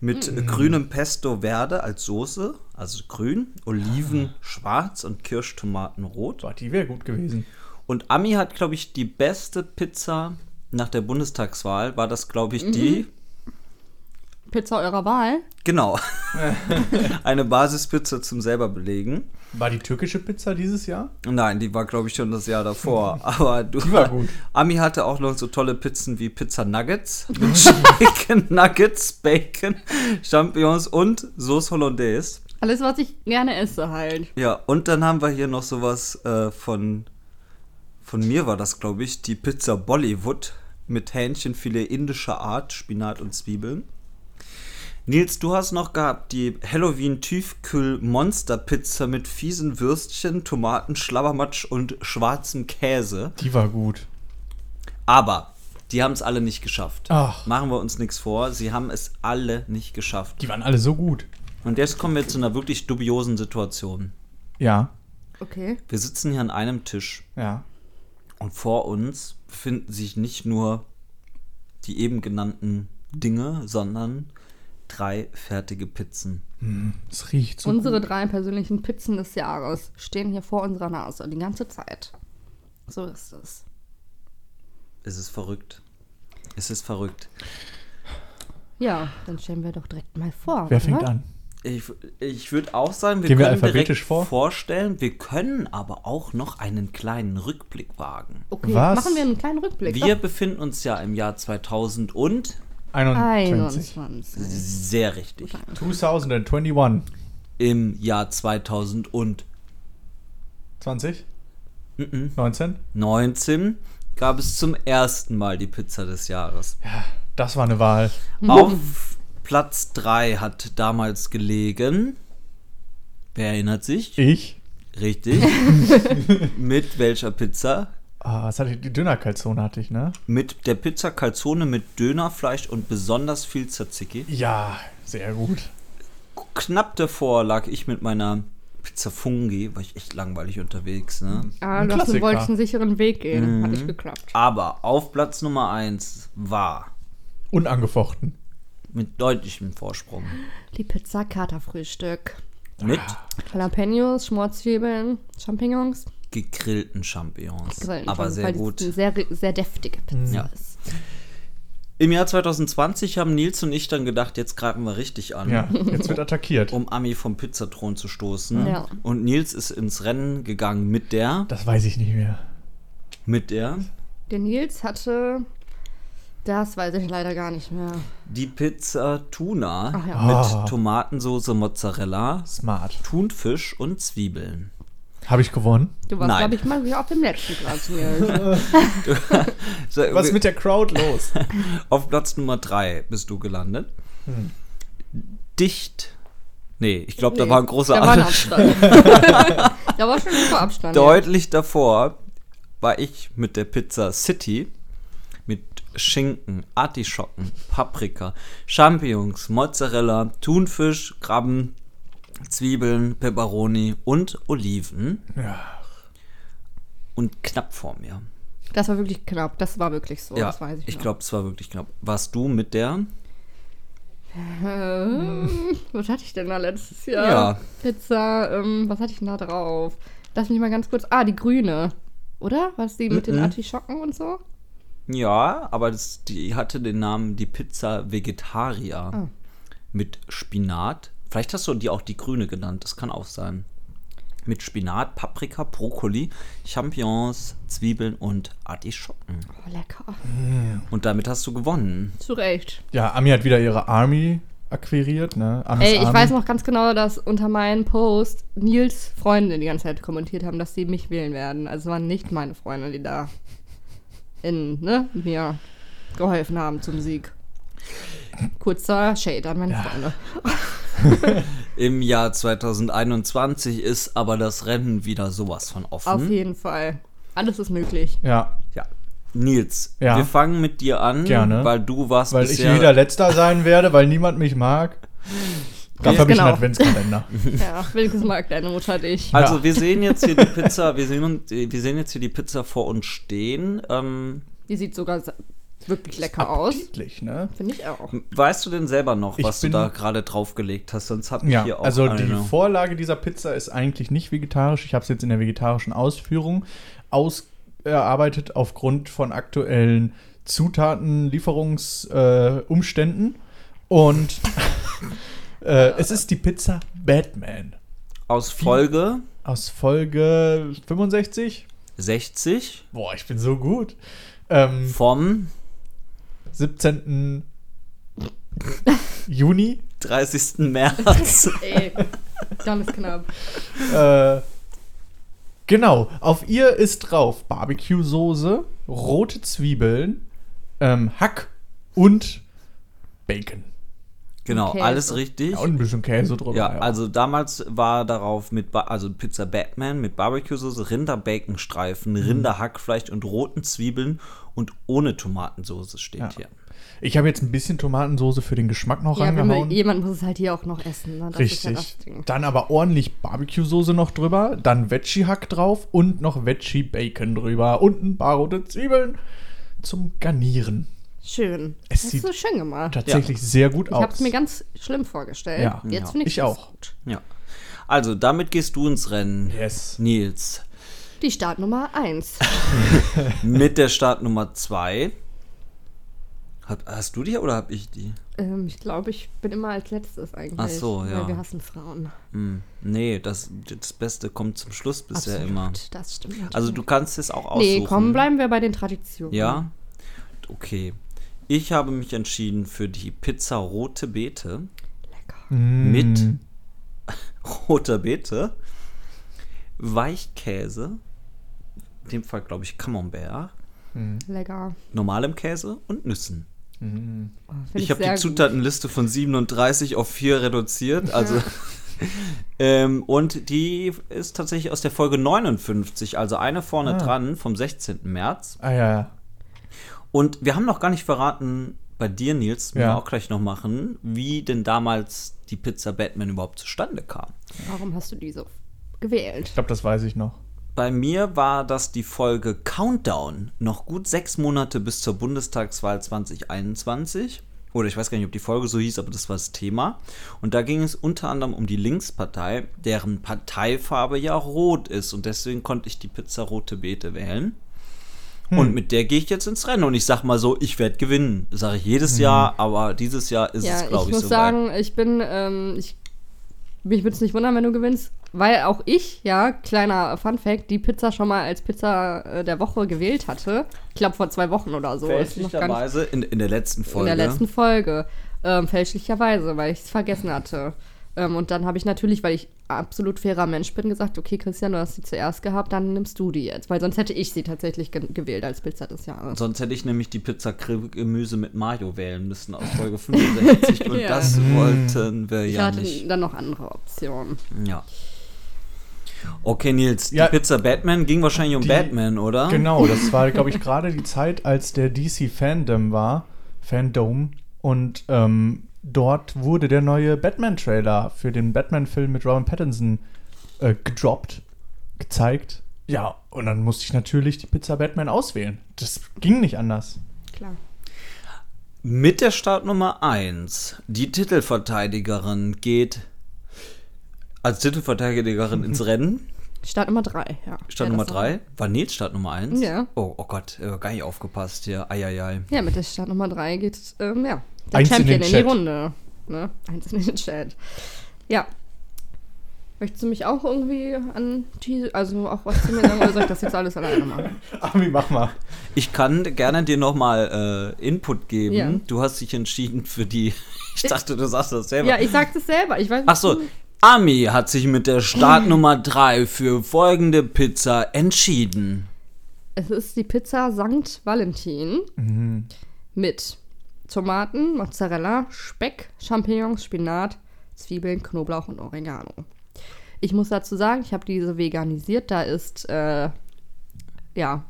Speaker 1: mit grünem Pesto Verde als Soße, also grün, Oliven schwarz und Kirschtomaten rot.
Speaker 2: Boah, die wäre gut gewesen.
Speaker 1: Und Ami hat, glaube ich, die beste Pizza nach der Bundestagswahl, war das, glaube ich,
Speaker 2: Mhm.
Speaker 1: die.
Speaker 5: Pizza eurer Wahl.
Speaker 1: Genau.
Speaker 2: [LAUGHS]
Speaker 1: Eine Basispizza zum selber belegen.
Speaker 2: War die türkische Pizza dieses Jahr?
Speaker 1: Nein, die war, glaube ich, schon das Jahr davor.
Speaker 2: [LAUGHS]
Speaker 1: Aber du,
Speaker 2: war gut.
Speaker 1: Ami hatte auch noch so tolle Pizzen wie Pizza
Speaker 2: [LAUGHS]
Speaker 1: Nuggets, mit Chicken Nuggets, Bacon, Champignons und Sauce Hollandaise.
Speaker 5: Alles, was ich gerne esse halt.
Speaker 1: Ja, und dann haben wir hier noch sowas äh, von, von mir war das, glaube ich, die Pizza Bollywood mit Hähnchenfilet indischer Art, Spinat und Zwiebeln. Nils, du hast noch gehabt die Halloween Tiefkühl Monster Pizza mit fiesen Würstchen, Tomaten, Schlabbermatsch und schwarzem Käse.
Speaker 2: Die war gut.
Speaker 1: Aber die haben es alle nicht geschafft.
Speaker 2: Ach.
Speaker 1: Machen wir uns nichts vor. Sie haben es alle nicht geschafft.
Speaker 2: Die waren alle so gut.
Speaker 1: Und jetzt kommen wir zu einer wirklich dubiosen Situation.
Speaker 2: Ja,
Speaker 5: Okay.
Speaker 1: Wir sitzen hier an einem Tisch
Speaker 2: ja.
Speaker 1: und vor uns befinden sich nicht nur die eben genannten Dinge, sondern drei fertige Pizzen.
Speaker 2: Es riecht so
Speaker 5: Unsere
Speaker 2: gut.
Speaker 5: drei persönlichen Pizzen des Jahres stehen hier vor unserer Nase die ganze Zeit. So ist es.
Speaker 1: Es ist verrückt. Es ist verrückt.
Speaker 5: Ja, dann stellen wir doch direkt mal vor.
Speaker 2: Wer fängt
Speaker 5: oder?
Speaker 2: an?
Speaker 1: Ich, ich würde auch sagen, wir
Speaker 2: Gehen wir
Speaker 1: können direkt
Speaker 2: alphabetisch vor?
Speaker 1: vorstellen. Wir können aber auch noch einen kleinen Rückblick wagen.
Speaker 5: Okay,
Speaker 2: Was?
Speaker 5: machen wir einen kleinen Rückblick.
Speaker 1: Wir befinden uns ja im Jahr 2000 und
Speaker 2: 21.
Speaker 5: 21.
Speaker 1: sehr richtig.
Speaker 2: 2021.
Speaker 1: Im Jahr 2000 und
Speaker 2: 20? 19?
Speaker 1: 19 gab es zum ersten Mal die Pizza des Jahres.
Speaker 2: Das war eine Wahl.
Speaker 1: Auf Platz 3 hat damals gelegen. Wer erinnert sich?
Speaker 2: Ich?
Speaker 1: Richtig. mit welcher Pizza?
Speaker 2: Ah, was hatte ich? Die Dönerkalzone hatte ich, ne?
Speaker 1: Mit der Pizza Calzone mit Dönerfleisch und besonders viel Tzatziki.
Speaker 2: Ja, sehr gut.
Speaker 1: Knapp davor lag ich mit meiner Pizza Fungi, war ich echt langweilig unterwegs, ne?
Speaker 5: Ah,
Speaker 2: Ein
Speaker 5: du hast,
Speaker 2: Klassiker. Mhm.
Speaker 5: du
Speaker 2: Ah.
Speaker 5: wolltest einen sicheren Weg gehen. Hat nicht geklappt.
Speaker 1: Aber auf Platz Nummer 1 war
Speaker 2: Unangefochten.
Speaker 1: mit deutlichem Vorsprung.
Speaker 5: Die Pizza Katerfrühstück.
Speaker 1: Mit
Speaker 5: Jalapenos, Schmorzwiebeln, Champignons.
Speaker 1: gegrillten Champignons.
Speaker 5: Grillen
Speaker 1: aber
Speaker 5: schon,
Speaker 1: sehr
Speaker 5: weil das Eine
Speaker 1: gut.
Speaker 5: sehr, sehr deftige Pizza
Speaker 1: Ja.
Speaker 5: ist.
Speaker 1: Im Jahr 2020 haben Nils und ich dann gedacht, jetzt greifen wir richtig an.
Speaker 2: Ja, jetzt
Speaker 5: [LAUGHS]
Speaker 2: wird
Speaker 5: Oh
Speaker 2: attackiert.
Speaker 1: Um Ami vom Pizzathron zu stoßen.
Speaker 5: Ja.
Speaker 1: Und Nils ist ins Rennen gegangen mit der.
Speaker 2: Das weiß ich nicht mehr.
Speaker 1: Mit der.
Speaker 5: Der Nils hatte. Das weiß ich leider gar nicht mehr.
Speaker 1: Die Pizza Tuna
Speaker 5: Ach ja.
Speaker 2: Ah.
Speaker 1: mit Tomatensauce, Mozzarella,
Speaker 2: Smart.
Speaker 1: Thunfisch und Zwiebeln.
Speaker 2: Habe ich gewonnen?
Speaker 5: Du warst,
Speaker 1: Nein.
Speaker 5: glaube ich, mal wieder auf dem letzten
Speaker 1: [LAUGHS]
Speaker 5: Platz, Nils.
Speaker 1: So,
Speaker 2: Was mit der Crowd los?
Speaker 1: Auf Platz Nummer 3 bist du gelandet.
Speaker 2: Hm.
Speaker 1: Dicht. Nee, ich glaube, da
Speaker 5: Nee,
Speaker 1: war ein großer
Speaker 5: also, Da war ein
Speaker 1: Abstand.
Speaker 5: Abstand.
Speaker 1: [LAUGHS]
Speaker 5: da war schon ein super Abstand. ja.
Speaker 1: Deutlich davor war ich mit der Pizza City mit Schinken, Artischocken, Paprika, Champignons, Mozzarella, Thunfisch, Krabben, Zwiebeln, Peperoni und Oliven.
Speaker 2: Ja.
Speaker 1: Und knapp vor mir.
Speaker 5: Das war wirklich knapp. Das war wirklich so.
Speaker 1: ja,
Speaker 5: das weiß ich,
Speaker 1: ich,
Speaker 5: noch.
Speaker 1: glaube, es war wirklich knapp. Warst du mit der?
Speaker 5: Ähm, was hatte ich denn da letztes Jahr?
Speaker 1: Ja.
Speaker 5: Pizza, ähm, was hatte ich denn da drauf? Lass mich mal ganz kurz. Ah, die grüne. Oder? Was die mit den
Speaker 1: Mhm.
Speaker 5: Artischocken und so?
Speaker 1: Ja, aber das, die hatte den Namen die Pizza Vegetaria. Mit Spinat, Vielleicht hast du dir auch die grüne genannt, das kann auch sein. Mit Spinat, Paprika, Brokkoli, Champignons, Zwiebeln und Artischocken.
Speaker 5: Oh, lecker.
Speaker 1: Und damit hast du gewonnen.
Speaker 5: Zu Recht.
Speaker 2: Ja, Ami hat wieder ihre Army akquiriert, ne? Amis
Speaker 5: Ey, ich
Speaker 2: Army.
Speaker 5: weiß noch ganz genau, dass unter meinen Post Nils Freunde die ganze Zeit kommentiert haben, dass sie mich wählen werden. Also es waren nicht meine Freunde, die da in, ne, mir geholfen haben zum Sieg. Kurzer Shade an meine Freunde.
Speaker 1: Im Jahr 2021 ist aber das Rennen wieder sowas von offen.
Speaker 2: hm?
Speaker 5: Auf jeden Fall. Alles
Speaker 2: [LAUGHS]
Speaker 5: ist möglich.
Speaker 2: Ja,
Speaker 1: Ja. Nils,
Speaker 2: Ja.
Speaker 1: wir fangen mit dir an,
Speaker 2: Gerne.
Speaker 1: weil du warst
Speaker 2: weil ich
Speaker 1: bisher
Speaker 2: wieder letzter sein werde, weil niemand mich
Speaker 5: [LAUGHS]
Speaker 2: mag. Dafür habe ich
Speaker 5: genau.
Speaker 2: einen Adventskalender.
Speaker 5: Ja, wenigstens mag deine Mutter dich.
Speaker 1: Also
Speaker 2: Ja.
Speaker 1: wir sehen jetzt
Speaker 2: [LAUGHS]
Speaker 1: hier die Pizza, wir sehen, uns- wir sehen jetzt hier die Pizza vor uns stehen. Ähm,
Speaker 5: Die sieht sogar sa- wirklich lecker aus.
Speaker 2: Appetitlich, ne?
Speaker 5: Finde ich auch.
Speaker 1: weißt du denn selber noch,
Speaker 2: Ich
Speaker 1: was du
Speaker 2: bin-
Speaker 1: da gerade draufgelegt hast? Sonst hab ich
Speaker 2: Ja,
Speaker 1: hier auch
Speaker 2: also die
Speaker 1: eine.
Speaker 2: Vorlage dieser Pizza ist eigentlich nicht vegetarisch. Ich habe es jetzt in der vegetarischen Ausführung ausgearbeitet aufgrund von aktuellen Zutaten, Lieferungsumständen. Äh, Umständen. Und [LAUGHS] äh, es ist die Pizza Batman
Speaker 1: aus Folge
Speaker 2: aus Folge 65.
Speaker 1: 60
Speaker 2: Boah, ich bin so gut. Ähm,
Speaker 1: vom
Speaker 5: [LAUGHS]
Speaker 2: 17. Juni.
Speaker 1: 30.
Speaker 2: [LAUGHS]
Speaker 1: März.
Speaker 5: Ey, dann ist knapp.
Speaker 2: Äh, genau, auf ihr ist drauf Barbecue-Soße, rote Zwiebeln, ähm, Hack und Bacon.
Speaker 1: genau,
Speaker 5: Okay,
Speaker 1: alles
Speaker 5: so.
Speaker 1: richtig.
Speaker 2: Ja, und ein bisschen Käse drüber.
Speaker 1: Ja, also damals war darauf mit, Ba- also Pizza Batman mit Barbecue-Soße, Rinder-Bacon-Streifen,
Speaker 2: Mhm.
Speaker 1: Rinder-Hackfleisch und roten Zwiebeln und ohne Tomatensoße steht
Speaker 2: Ja.
Speaker 1: hier.
Speaker 2: Ich habe jetzt ein bisschen Tomatensoße für den Geschmack noch
Speaker 5: Ja, wenn wir,
Speaker 2: reingehauen.
Speaker 5: jemand muss es halt hier auch noch essen. Ne? Das Ist ja das
Speaker 2: Richtig.
Speaker 5: Ding.
Speaker 2: Dann aber ordentlich Barbecue-Soße noch drüber, dann Veggie-Hack drauf und noch Veggie-Bacon drüber und ein paar rote Zwiebeln zum Garnieren.
Speaker 5: Schön.
Speaker 2: Es
Speaker 5: das
Speaker 2: sieht-
Speaker 5: ist so schön gemacht.
Speaker 2: Tatsächlich sehr gut
Speaker 5: Ich
Speaker 2: aus.
Speaker 5: habe es mir ganz schlimm vorgestellt.
Speaker 2: Ja.
Speaker 5: Jetzt
Speaker 1: Ja.
Speaker 5: finde ich
Speaker 2: Ich
Speaker 5: es
Speaker 2: auch.
Speaker 5: gut.
Speaker 1: Ja. Also, damit gehst du ins Rennen.
Speaker 2: yes.
Speaker 1: Nils.
Speaker 5: Die Startnummer 1.
Speaker 2: [LAUGHS]
Speaker 1: Mit der Startnummer 2. Hast du die oder hab ich die?
Speaker 5: ähm, ich glaube, ich bin immer als letztes eigentlich.
Speaker 1: Ach so, ja.
Speaker 5: Weil wir hassen Frauen.
Speaker 1: Hm. Nee, das, das Beste kommt zum Schluss bisher
Speaker 5: Absolut,
Speaker 1: immer.
Speaker 5: Das stimmt.
Speaker 1: Also du kannst es auch aussuchen.
Speaker 5: nee, komm, bleiben wir bei den Traditionen.
Speaker 1: Ja? Okay. Ich habe mich entschieden für die Pizza Rote Beete
Speaker 5: Lecker.
Speaker 1: mit [LAUGHS] roter Beete, Weichkäse, in dem Fall glaube ich Camembert,
Speaker 5: Lecker.
Speaker 1: normalem Käse und Nüssen.
Speaker 5: Oh, find
Speaker 1: Ich habe
Speaker 5: sehr
Speaker 1: die
Speaker 5: gut.
Speaker 1: Zutatenliste von 37 auf 4 reduziert. Also, ähm, und die ist tatsächlich aus der Folge 59, also eine vorne dran vom 16. März.
Speaker 2: Ah ja, ja.
Speaker 1: Und wir haben noch gar nicht verraten, bei dir, Nils, müssen
Speaker 2: Ja.
Speaker 1: wir auch gleich noch machen, wie denn damals die Pizza Batman überhaupt zustande kam.
Speaker 5: Warum hast du die so gewählt?
Speaker 2: Ich glaube, das weiß ich noch.
Speaker 1: Bei mir war das die Folge Countdown. Noch gut sechs Monate bis zur Bundestagswahl 2021. Oder ich weiß gar nicht, ob die Folge so hieß, aber das war das Thema. Und da ging es unter anderem um die Linkspartei, deren Parteifarbe ja rot ist. Und deswegen konnte ich die Pizza Rote Beete wählen. Und mit der gehe ich jetzt ins Rennen. Und ich sag mal so, ich werde gewinnen. Sage ich jedes Jahr, aber dieses Jahr ist
Speaker 5: Ja,
Speaker 1: es,
Speaker 5: ich
Speaker 1: glaube ich,
Speaker 5: muss
Speaker 1: so
Speaker 5: sagen, ich bin, ähm, ich, mich würde es nicht wundern, wenn du gewinnst, weil auch ich, ja, kleiner Fun Fact, die Pizza schon mal als Pizza äh, der Woche gewählt hatte. Ich glaube vor zwei Wochen oder so. Ist noch gar nicht
Speaker 1: Fälschlicherweise in, in der letzten
Speaker 5: in
Speaker 1: Folge.
Speaker 5: der letzten Folge. Ähm, fälschlicherweise, weil ich es vergessen hatte. Ähm, und dann habe ich natürlich, weil ich absolut fairer Mensch bin, gesagt, okay, Christian, du hast sie zuerst gehabt, dann nimmst du die jetzt. Weil sonst hätte ich sie tatsächlich ge gewählt als Pizza des Jahres.
Speaker 1: Sonst hätte ich nämlich die Pizza Kri- Gemüse mit Mayo wählen müssen aus Folge
Speaker 5: [LAUGHS]
Speaker 1: 65 und
Speaker 5: Ja.
Speaker 1: das
Speaker 2: Mhm.
Speaker 1: wollten wir
Speaker 5: Ich
Speaker 1: ja
Speaker 5: hatte
Speaker 1: nicht.
Speaker 5: dann noch andere Optionen.
Speaker 1: Ja. Okay, Nils, die
Speaker 2: Ja.
Speaker 1: Pizza Batman ging wahrscheinlich um
Speaker 2: Die-
Speaker 1: Batman, oder?
Speaker 2: Genau, das war, glaube ich, gerade die Zeit, als der DC-Fandom war. Fandom. Und ähm, dort wurde der neue Batman-Trailer für den Batman-Film mit Robin Pattinson äh, gedroppt, gezeigt. Ja, und dann musste ich natürlich die Pizza Batman auswählen. Das ging nicht anders. [LAUGHS]
Speaker 5: Klar.
Speaker 1: Mit der Startnummer 1, die Titelverteidigerin geht als Titelverteidigerin
Speaker 2: [LAUGHS]
Speaker 1: ins Rennen.
Speaker 5: Start Nummer 3, ja.
Speaker 1: Startnummer
Speaker 5: Ja, das war-
Speaker 1: 3. War Nils Startnummer 1?
Speaker 5: Ja.
Speaker 1: Oh, oh Gott, äh, gar nicht aufgepasst hier. Eieiei.
Speaker 5: Ja, mit der Start Nummer 3 geht ähm, ja, der
Speaker 2: Eins in
Speaker 5: Champion
Speaker 2: den
Speaker 5: in die
Speaker 2: Chat.
Speaker 5: Runde. Ne? Eins in den Chat. Ja. Möchtest du mich auch irgendwie an also auch was zu mir sagen oder soll ich das jetzt alles alleine machen?
Speaker 2: Ami, mach mal.
Speaker 1: Ich kann gerne dir nochmal äh, Input geben.
Speaker 5: Ja.
Speaker 1: Du hast dich entschieden für die. [LAUGHS] Ich dachte, du sagst das selber.
Speaker 5: Ja, ich sag das selber. Ich weiß
Speaker 1: Achso, Ami hat sich mit der Startnummer 3 für folgende Pizza entschieden.
Speaker 5: Es ist die Pizza Sankt Valentin
Speaker 1: Mhm.
Speaker 5: mit Tomaten, Mozzarella, Speck, Champignons, Spinat, Zwiebeln, Knoblauch und Oregano. Ich muss dazu sagen, ich habe diese veganisiert. Da ist, äh, ja,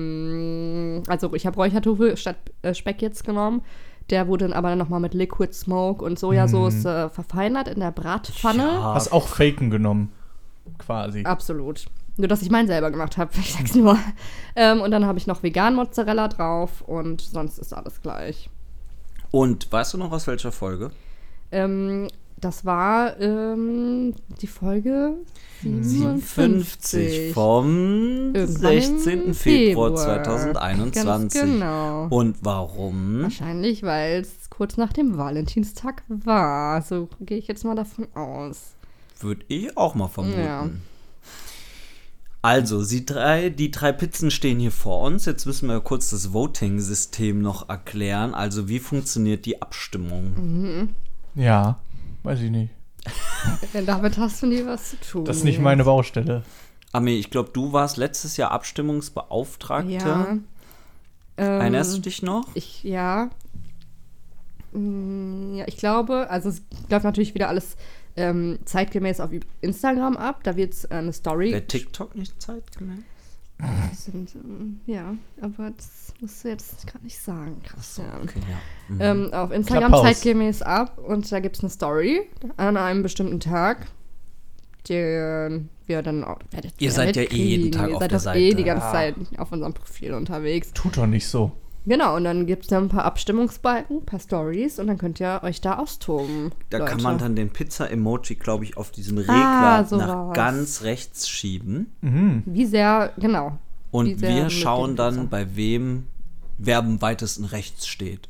Speaker 5: mm, also ich habe Räuchertofu statt äh, Speck jetzt genommen. Der wurde dann aber nochmal mit Liquid Smoke und Sojasauce äh, verfeinert in der Bratpfanne.
Speaker 1: Mhm. Ja.
Speaker 2: Hast auch Faken genommen. Quasi.
Speaker 5: Ah. Absolut. Nur, dass ich meinen selber gemacht habe. [LAUGHS] Ich sag's nur. Ähm, und dann habe ich noch vegan Mozzarella drauf und sonst ist alles gleich.
Speaker 1: Und weißt du noch aus welcher Folge?
Speaker 5: Ähm, das war ähm, die Folge
Speaker 1: 57
Speaker 5: 57.
Speaker 1: vom
Speaker 5: Irgendwann im
Speaker 1: 16. Februar
Speaker 5: Februar.
Speaker 1: 2021.
Speaker 5: Ganz genau.
Speaker 1: Und warum?
Speaker 5: Wahrscheinlich, weil es kurz nach dem Valentinstag war. So gehe ich jetzt mal davon aus.
Speaker 1: Würde ich auch mal vermuten.
Speaker 5: Ja.
Speaker 1: Also, sie drei, die drei Pizzen stehen hier vor uns. Jetzt müssen wir kurz das Voting-System noch erklären. Also, wie funktioniert die Abstimmung?
Speaker 5: Mhm.
Speaker 2: Ja, weiß ich nicht.
Speaker 5: Denn damit hast du nie was zu tun.
Speaker 2: Das ist nicht meine Baustelle.
Speaker 1: Ami, ich glaube, du warst letztes Jahr Abstimmungsbeauftragte.
Speaker 5: Ja. Ähm,
Speaker 1: Erinnerst du dich noch?
Speaker 5: Ich, ja. Mm, Ja, ich glaube, also es läuft natürlich wieder alles ähm, zeitgemäß auf Ü- Instagram ab. Da wird eine Story.
Speaker 1: Der TikTok nicht zeitgemäß?
Speaker 5: sind, ähm, ja, aber das musst du jetzt gar nicht sagen,
Speaker 1: Achso,
Speaker 5: Christian.
Speaker 1: okay, ja. Mhm.
Speaker 5: ähm, auf Instagram
Speaker 2: Klapphaus.
Speaker 5: zeitgemäß ab und da gibt es eine Story an einem bestimmten Tag, den wir dann auch. werdet
Speaker 1: Ihr
Speaker 5: ihr
Speaker 1: seid ja eh jeden
Speaker 5: mitkriegen.
Speaker 1: Tag
Speaker 5: ihr
Speaker 1: auf
Speaker 5: seid
Speaker 1: der
Speaker 5: doch eh
Speaker 1: Seite. Ah.
Speaker 5: die ganze Zeit auf unserem Profil unterwegs.
Speaker 2: Tut doch nicht so.
Speaker 5: Genau, und dann gibt es da ein paar Abstimmungsbalken, ein paar Stories und dann könnt ihr euch da austoben.
Speaker 1: Da
Speaker 5: Leute.
Speaker 1: kann man dann den Pizza-Emoji, glaube ich, auf diesem Regler
Speaker 5: Ah,
Speaker 1: nach
Speaker 5: sowas.
Speaker 1: ganz rechts schieben.
Speaker 5: Wie sehr, genau. Wie
Speaker 1: Und
Speaker 5: sehr
Speaker 1: wir
Speaker 5: mit
Speaker 1: schauen
Speaker 5: dem
Speaker 1: dann,
Speaker 5: Pizza.
Speaker 1: bei wem wer am weitesten rechts steht.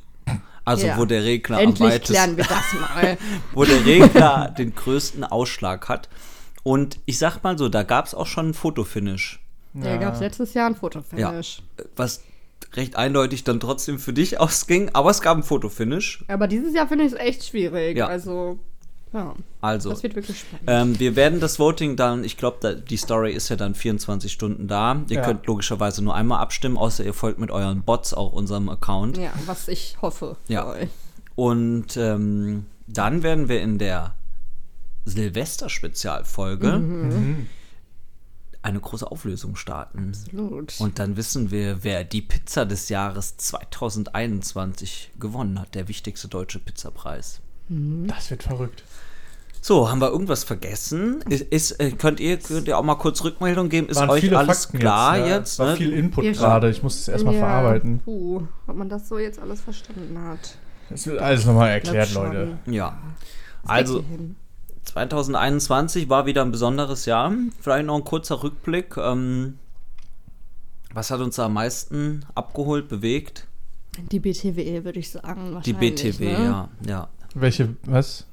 Speaker 1: Also
Speaker 5: Ja.
Speaker 1: wo der Regler am
Speaker 5: Endlich
Speaker 1: weitesten
Speaker 5: klären wir das
Speaker 1: [LAUGHS]
Speaker 5: mal.
Speaker 1: wo der Regler [LAUGHS] den größten Ausschlag hat. Und ich sag mal so, da gab es auch schon ein Fotofinish.
Speaker 5: Da gab es letztes Jahr ein Fotofinish.
Speaker 1: Was recht eindeutig dann trotzdem für dich [LAUGHS] ausging, aber es gab ein Fotofinish.
Speaker 5: Aber dieses Jahr finde ich es echt schwierig.
Speaker 1: Ja.
Speaker 5: Also, ja.
Speaker 1: Also,
Speaker 5: Das wird wirklich spannend.
Speaker 1: ähm, wir werden das Voting dann, ich glaube, die Story ist ja dann 24 Stunden da. Ihr
Speaker 2: Ja.
Speaker 1: könnt logischerweise nur einmal abstimmen, außer ihr folgt mit euren Bots auch unserem Account.
Speaker 5: ja, was ich hoffe. für
Speaker 1: Ja.
Speaker 5: euch.
Speaker 1: Und ähm, dann werden wir in der Silvester-Spezialfolge
Speaker 2: Mhm.
Speaker 1: eine große Auflösung starten.
Speaker 5: Gut.
Speaker 1: Und dann wissen wir, wer die Pizza des Jahres 2021 gewonnen hat, der wichtigste deutsche Pizzapreis.
Speaker 2: Das wird verrückt.
Speaker 1: So, haben wir irgendwas vergessen? Ist, ist, äh, könnt, ihr, könnt ihr auch mal kurz Rückmeldung geben? Ist
Speaker 2: Waren
Speaker 1: euch
Speaker 2: viele
Speaker 1: alles
Speaker 2: Fakten
Speaker 1: klar
Speaker 2: ne?
Speaker 1: jetzt?
Speaker 2: War
Speaker 1: ne?
Speaker 2: viel Input
Speaker 5: Ja,
Speaker 2: gerade. Ich muss es erstmal
Speaker 5: Ja,
Speaker 2: verarbeiten.
Speaker 5: Puh, ob man das so jetzt alles verstanden hat.
Speaker 2: Es wird alles nochmal
Speaker 5: Glaub
Speaker 2: erklärt,
Speaker 5: schon.
Speaker 2: Leute.
Speaker 1: ja. Also,
Speaker 5: Kriegt ihr hin.
Speaker 1: 2021 war wieder ein besonderes Jahr. Vielleicht noch ein kurzer Rückblick. Ähm, was hat uns da am meisten abgeholt, bewegt?
Speaker 5: Die BTW, E, würde ich sagen.
Speaker 1: Die
Speaker 5: wahrscheinlich,
Speaker 1: BTW,
Speaker 5: ne?
Speaker 1: E, ja, ja.
Speaker 2: Welche, was?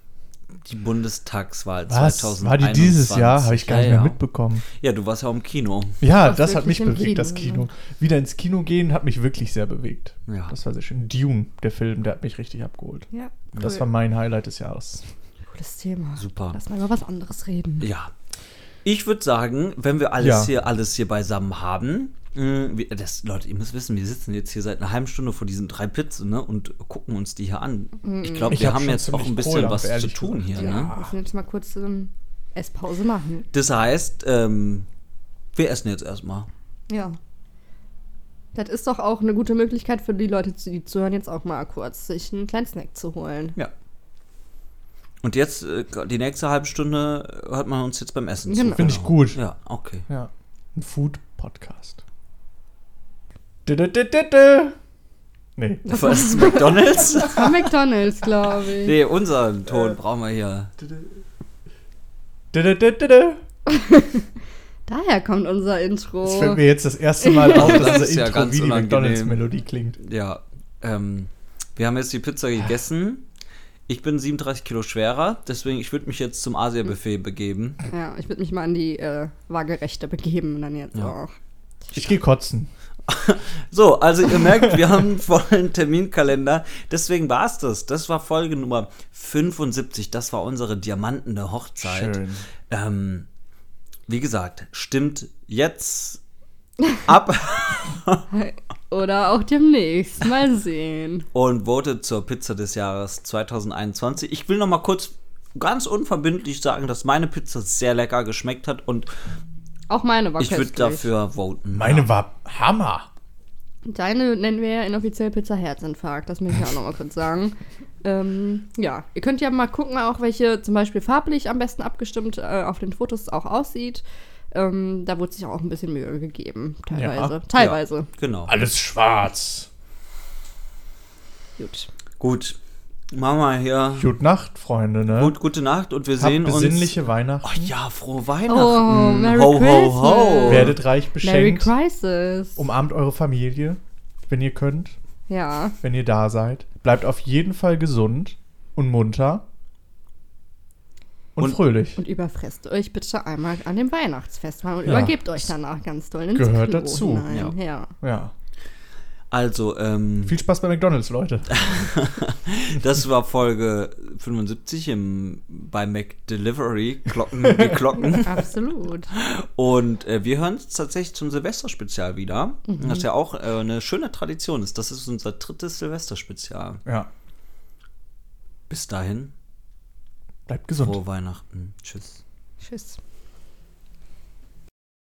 Speaker 1: Die Bundestagswahl
Speaker 2: Was?
Speaker 1: 2021.
Speaker 2: War die dieses Jahr? Habe ich gar
Speaker 1: Ja,
Speaker 2: nicht mehr
Speaker 1: ja.
Speaker 2: mitbekommen.
Speaker 1: Ja, du warst ja auch im Kino.
Speaker 2: Ja,
Speaker 5: warst
Speaker 2: das hat mich
Speaker 5: wirklich im
Speaker 2: bewegt,
Speaker 5: Kino,
Speaker 2: das
Speaker 5: ne?
Speaker 2: Kino. Wieder ins Kino gehen hat mich wirklich sehr bewegt.
Speaker 1: Ja.
Speaker 2: Das war sehr schön. Dune, der Film, der hat mich richtig abgeholt.
Speaker 5: Ja, cool.
Speaker 2: Das war mein Highlight des Jahres.
Speaker 5: cooles Thema.
Speaker 1: Super.
Speaker 5: Lass mal über was anderes reden.
Speaker 1: Ja. Ich würde sagen, wenn wir alles
Speaker 2: Ja.
Speaker 1: hier alles hier beisammen haben, mh, wir- das, Leute, ihr müsst wissen, wir sitzen jetzt hier seit einer halben Stunde vor diesen drei Pizzen ne, und gucken uns die hier an. Ich glaube,
Speaker 2: Ich
Speaker 1: wir
Speaker 2: hab
Speaker 1: haben
Speaker 2: schon
Speaker 1: jetzt auch
Speaker 2: ziemlich
Speaker 1: ein bisschen
Speaker 2: Kohldampf,
Speaker 1: was um zu
Speaker 2: ehrlich
Speaker 1: tun hier.
Speaker 2: gesagt.
Speaker 1: Ne?
Speaker 5: Wir müssen jetzt mal kurz ähm, Esspause machen.
Speaker 1: Das heißt, ähm, wir essen jetzt erstmal.
Speaker 5: Ja. Das ist doch auch eine gute Möglichkeit für die Leute, die zuhören, jetzt auch mal kurz sich einen kleinen Snack zu holen.
Speaker 1: Ja. Und jetzt, äh, die nächste halbe Stunde hört man uns jetzt beim Essen
Speaker 5: Genau.
Speaker 1: zu.
Speaker 2: Finde ich gut.
Speaker 1: Ja, okay.
Speaker 2: Ja. Ein Food-Podcast. Dü- dü- dü- dü- dü. Nee.
Speaker 1: Was ist McDonalds?
Speaker 5: [LAUGHS]
Speaker 1: [LAUGHS]
Speaker 5: Das war McDonalds, glaube ich.
Speaker 1: nee, unseren Ton brauchen wir hier.
Speaker 2: Dü- dü- dü- dü- dü.
Speaker 5: Daher kommt unser Intro.
Speaker 2: Das fällt mir jetzt das erste
Speaker 1: [LAUGHS]
Speaker 2: Mal auf, dass
Speaker 1: Das
Speaker 2: unser
Speaker 1: ist ja
Speaker 2: Intro
Speaker 1: ganz
Speaker 2: wie die
Speaker 1: unangenehm.
Speaker 2: McDonalds-Melodie klingt.
Speaker 1: Ja, ähm, wir haben jetzt die Pizza gegessen. Ich bin 37 Kilo schwerer, deswegen ich würde mich jetzt zum Asia-Buffet begeben.
Speaker 5: Ja, ich würde mich mal an die äh, Waagerechte begeben und dann jetzt auch.
Speaker 2: Ich gehe kotzen.
Speaker 1: So, also ihr merkt, wir haben einen vollen Terminkalender. Deswegen war es das. Das war Folge Nummer 75. Das war unsere diamantene Hochzeit.
Speaker 2: Schön.
Speaker 1: Ähm, wie gesagt, stimmt jetzt [LAUGHS] ab
Speaker 5: Oder auch demnächst. Mal sehen.
Speaker 1: und votet zur Pizza des Jahres 2021. Ich will noch mal kurz ganz unverbindlich sagen, dass meine Pizza sehr lecker geschmeckt hat und
Speaker 5: Auch meine war
Speaker 1: ich würde
Speaker 5: köstlich.
Speaker 1: dafür voten.
Speaker 2: Meine war Hammer.
Speaker 5: Deine nennen wir ja inoffiziell Pizza Herzinfarkt, das möchte ich auch nochmal kurz sagen. Ähm, ja, ihr könnt ja mal gucken, auch welche zum Beispiel farblich am besten abgestimmt äh, auf den Fotos auch aussieht. Ähm, da wurde sich auch ein bisschen Mühe gegeben, teilweise.
Speaker 2: Ja.
Speaker 5: teilweise.
Speaker 1: Ja, genau.
Speaker 2: Alles schwarz.
Speaker 5: Gut.
Speaker 1: Gut. Machen wir hier.
Speaker 2: Gute Nacht, Freunde, ne?
Speaker 1: Gut, gute Nacht und wir
Speaker 2: Habt
Speaker 1: sehen uns.
Speaker 2: besinnliche Weihnachten.
Speaker 1: Oh ja, frohe
Speaker 5: Oh,
Speaker 1: Weihnachten.
Speaker 5: Merry
Speaker 1: ho, ho,
Speaker 5: Christmas.
Speaker 1: ho.
Speaker 2: Werdet Um reich
Speaker 5: Merry
Speaker 2: beschenkt.
Speaker 5: Crisis.
Speaker 2: Umarmt eure Familie, wenn ihr könnt,
Speaker 5: Ja,
Speaker 2: wenn ihr da seid. Bleibt auf jeden Fall gesund und munter und,
Speaker 1: Und-
Speaker 2: fröhlich.
Speaker 5: und überfresst euch bitte einmal an dem Weihnachtsfestmahl und
Speaker 2: Ja.
Speaker 5: übergebt euch danach ganz doll ins
Speaker 2: Gehört
Speaker 5: Klo
Speaker 2: dazu.
Speaker 5: Hinein. Ja.
Speaker 2: Ja.
Speaker 1: Also, ähm,
Speaker 2: Viel Spaß bei
Speaker 1: [LAUGHS]
Speaker 2: McDonalds, Leute.
Speaker 1: das war Folge 75 im, bei McDelivery. Glocken, die Glocken.
Speaker 5: Absolut.
Speaker 1: Und äh, wir hören uns tatsächlich zum Silvesterspezial wieder. Das ja auch äh, eine schöne Tradition ist. Das ist unser drittes Silvesterspezial.
Speaker 2: Ja.
Speaker 1: Bis dahin,
Speaker 2: Bleibt gesund.
Speaker 1: frohe Weihnachten. Tschüss.
Speaker 5: Tschüss.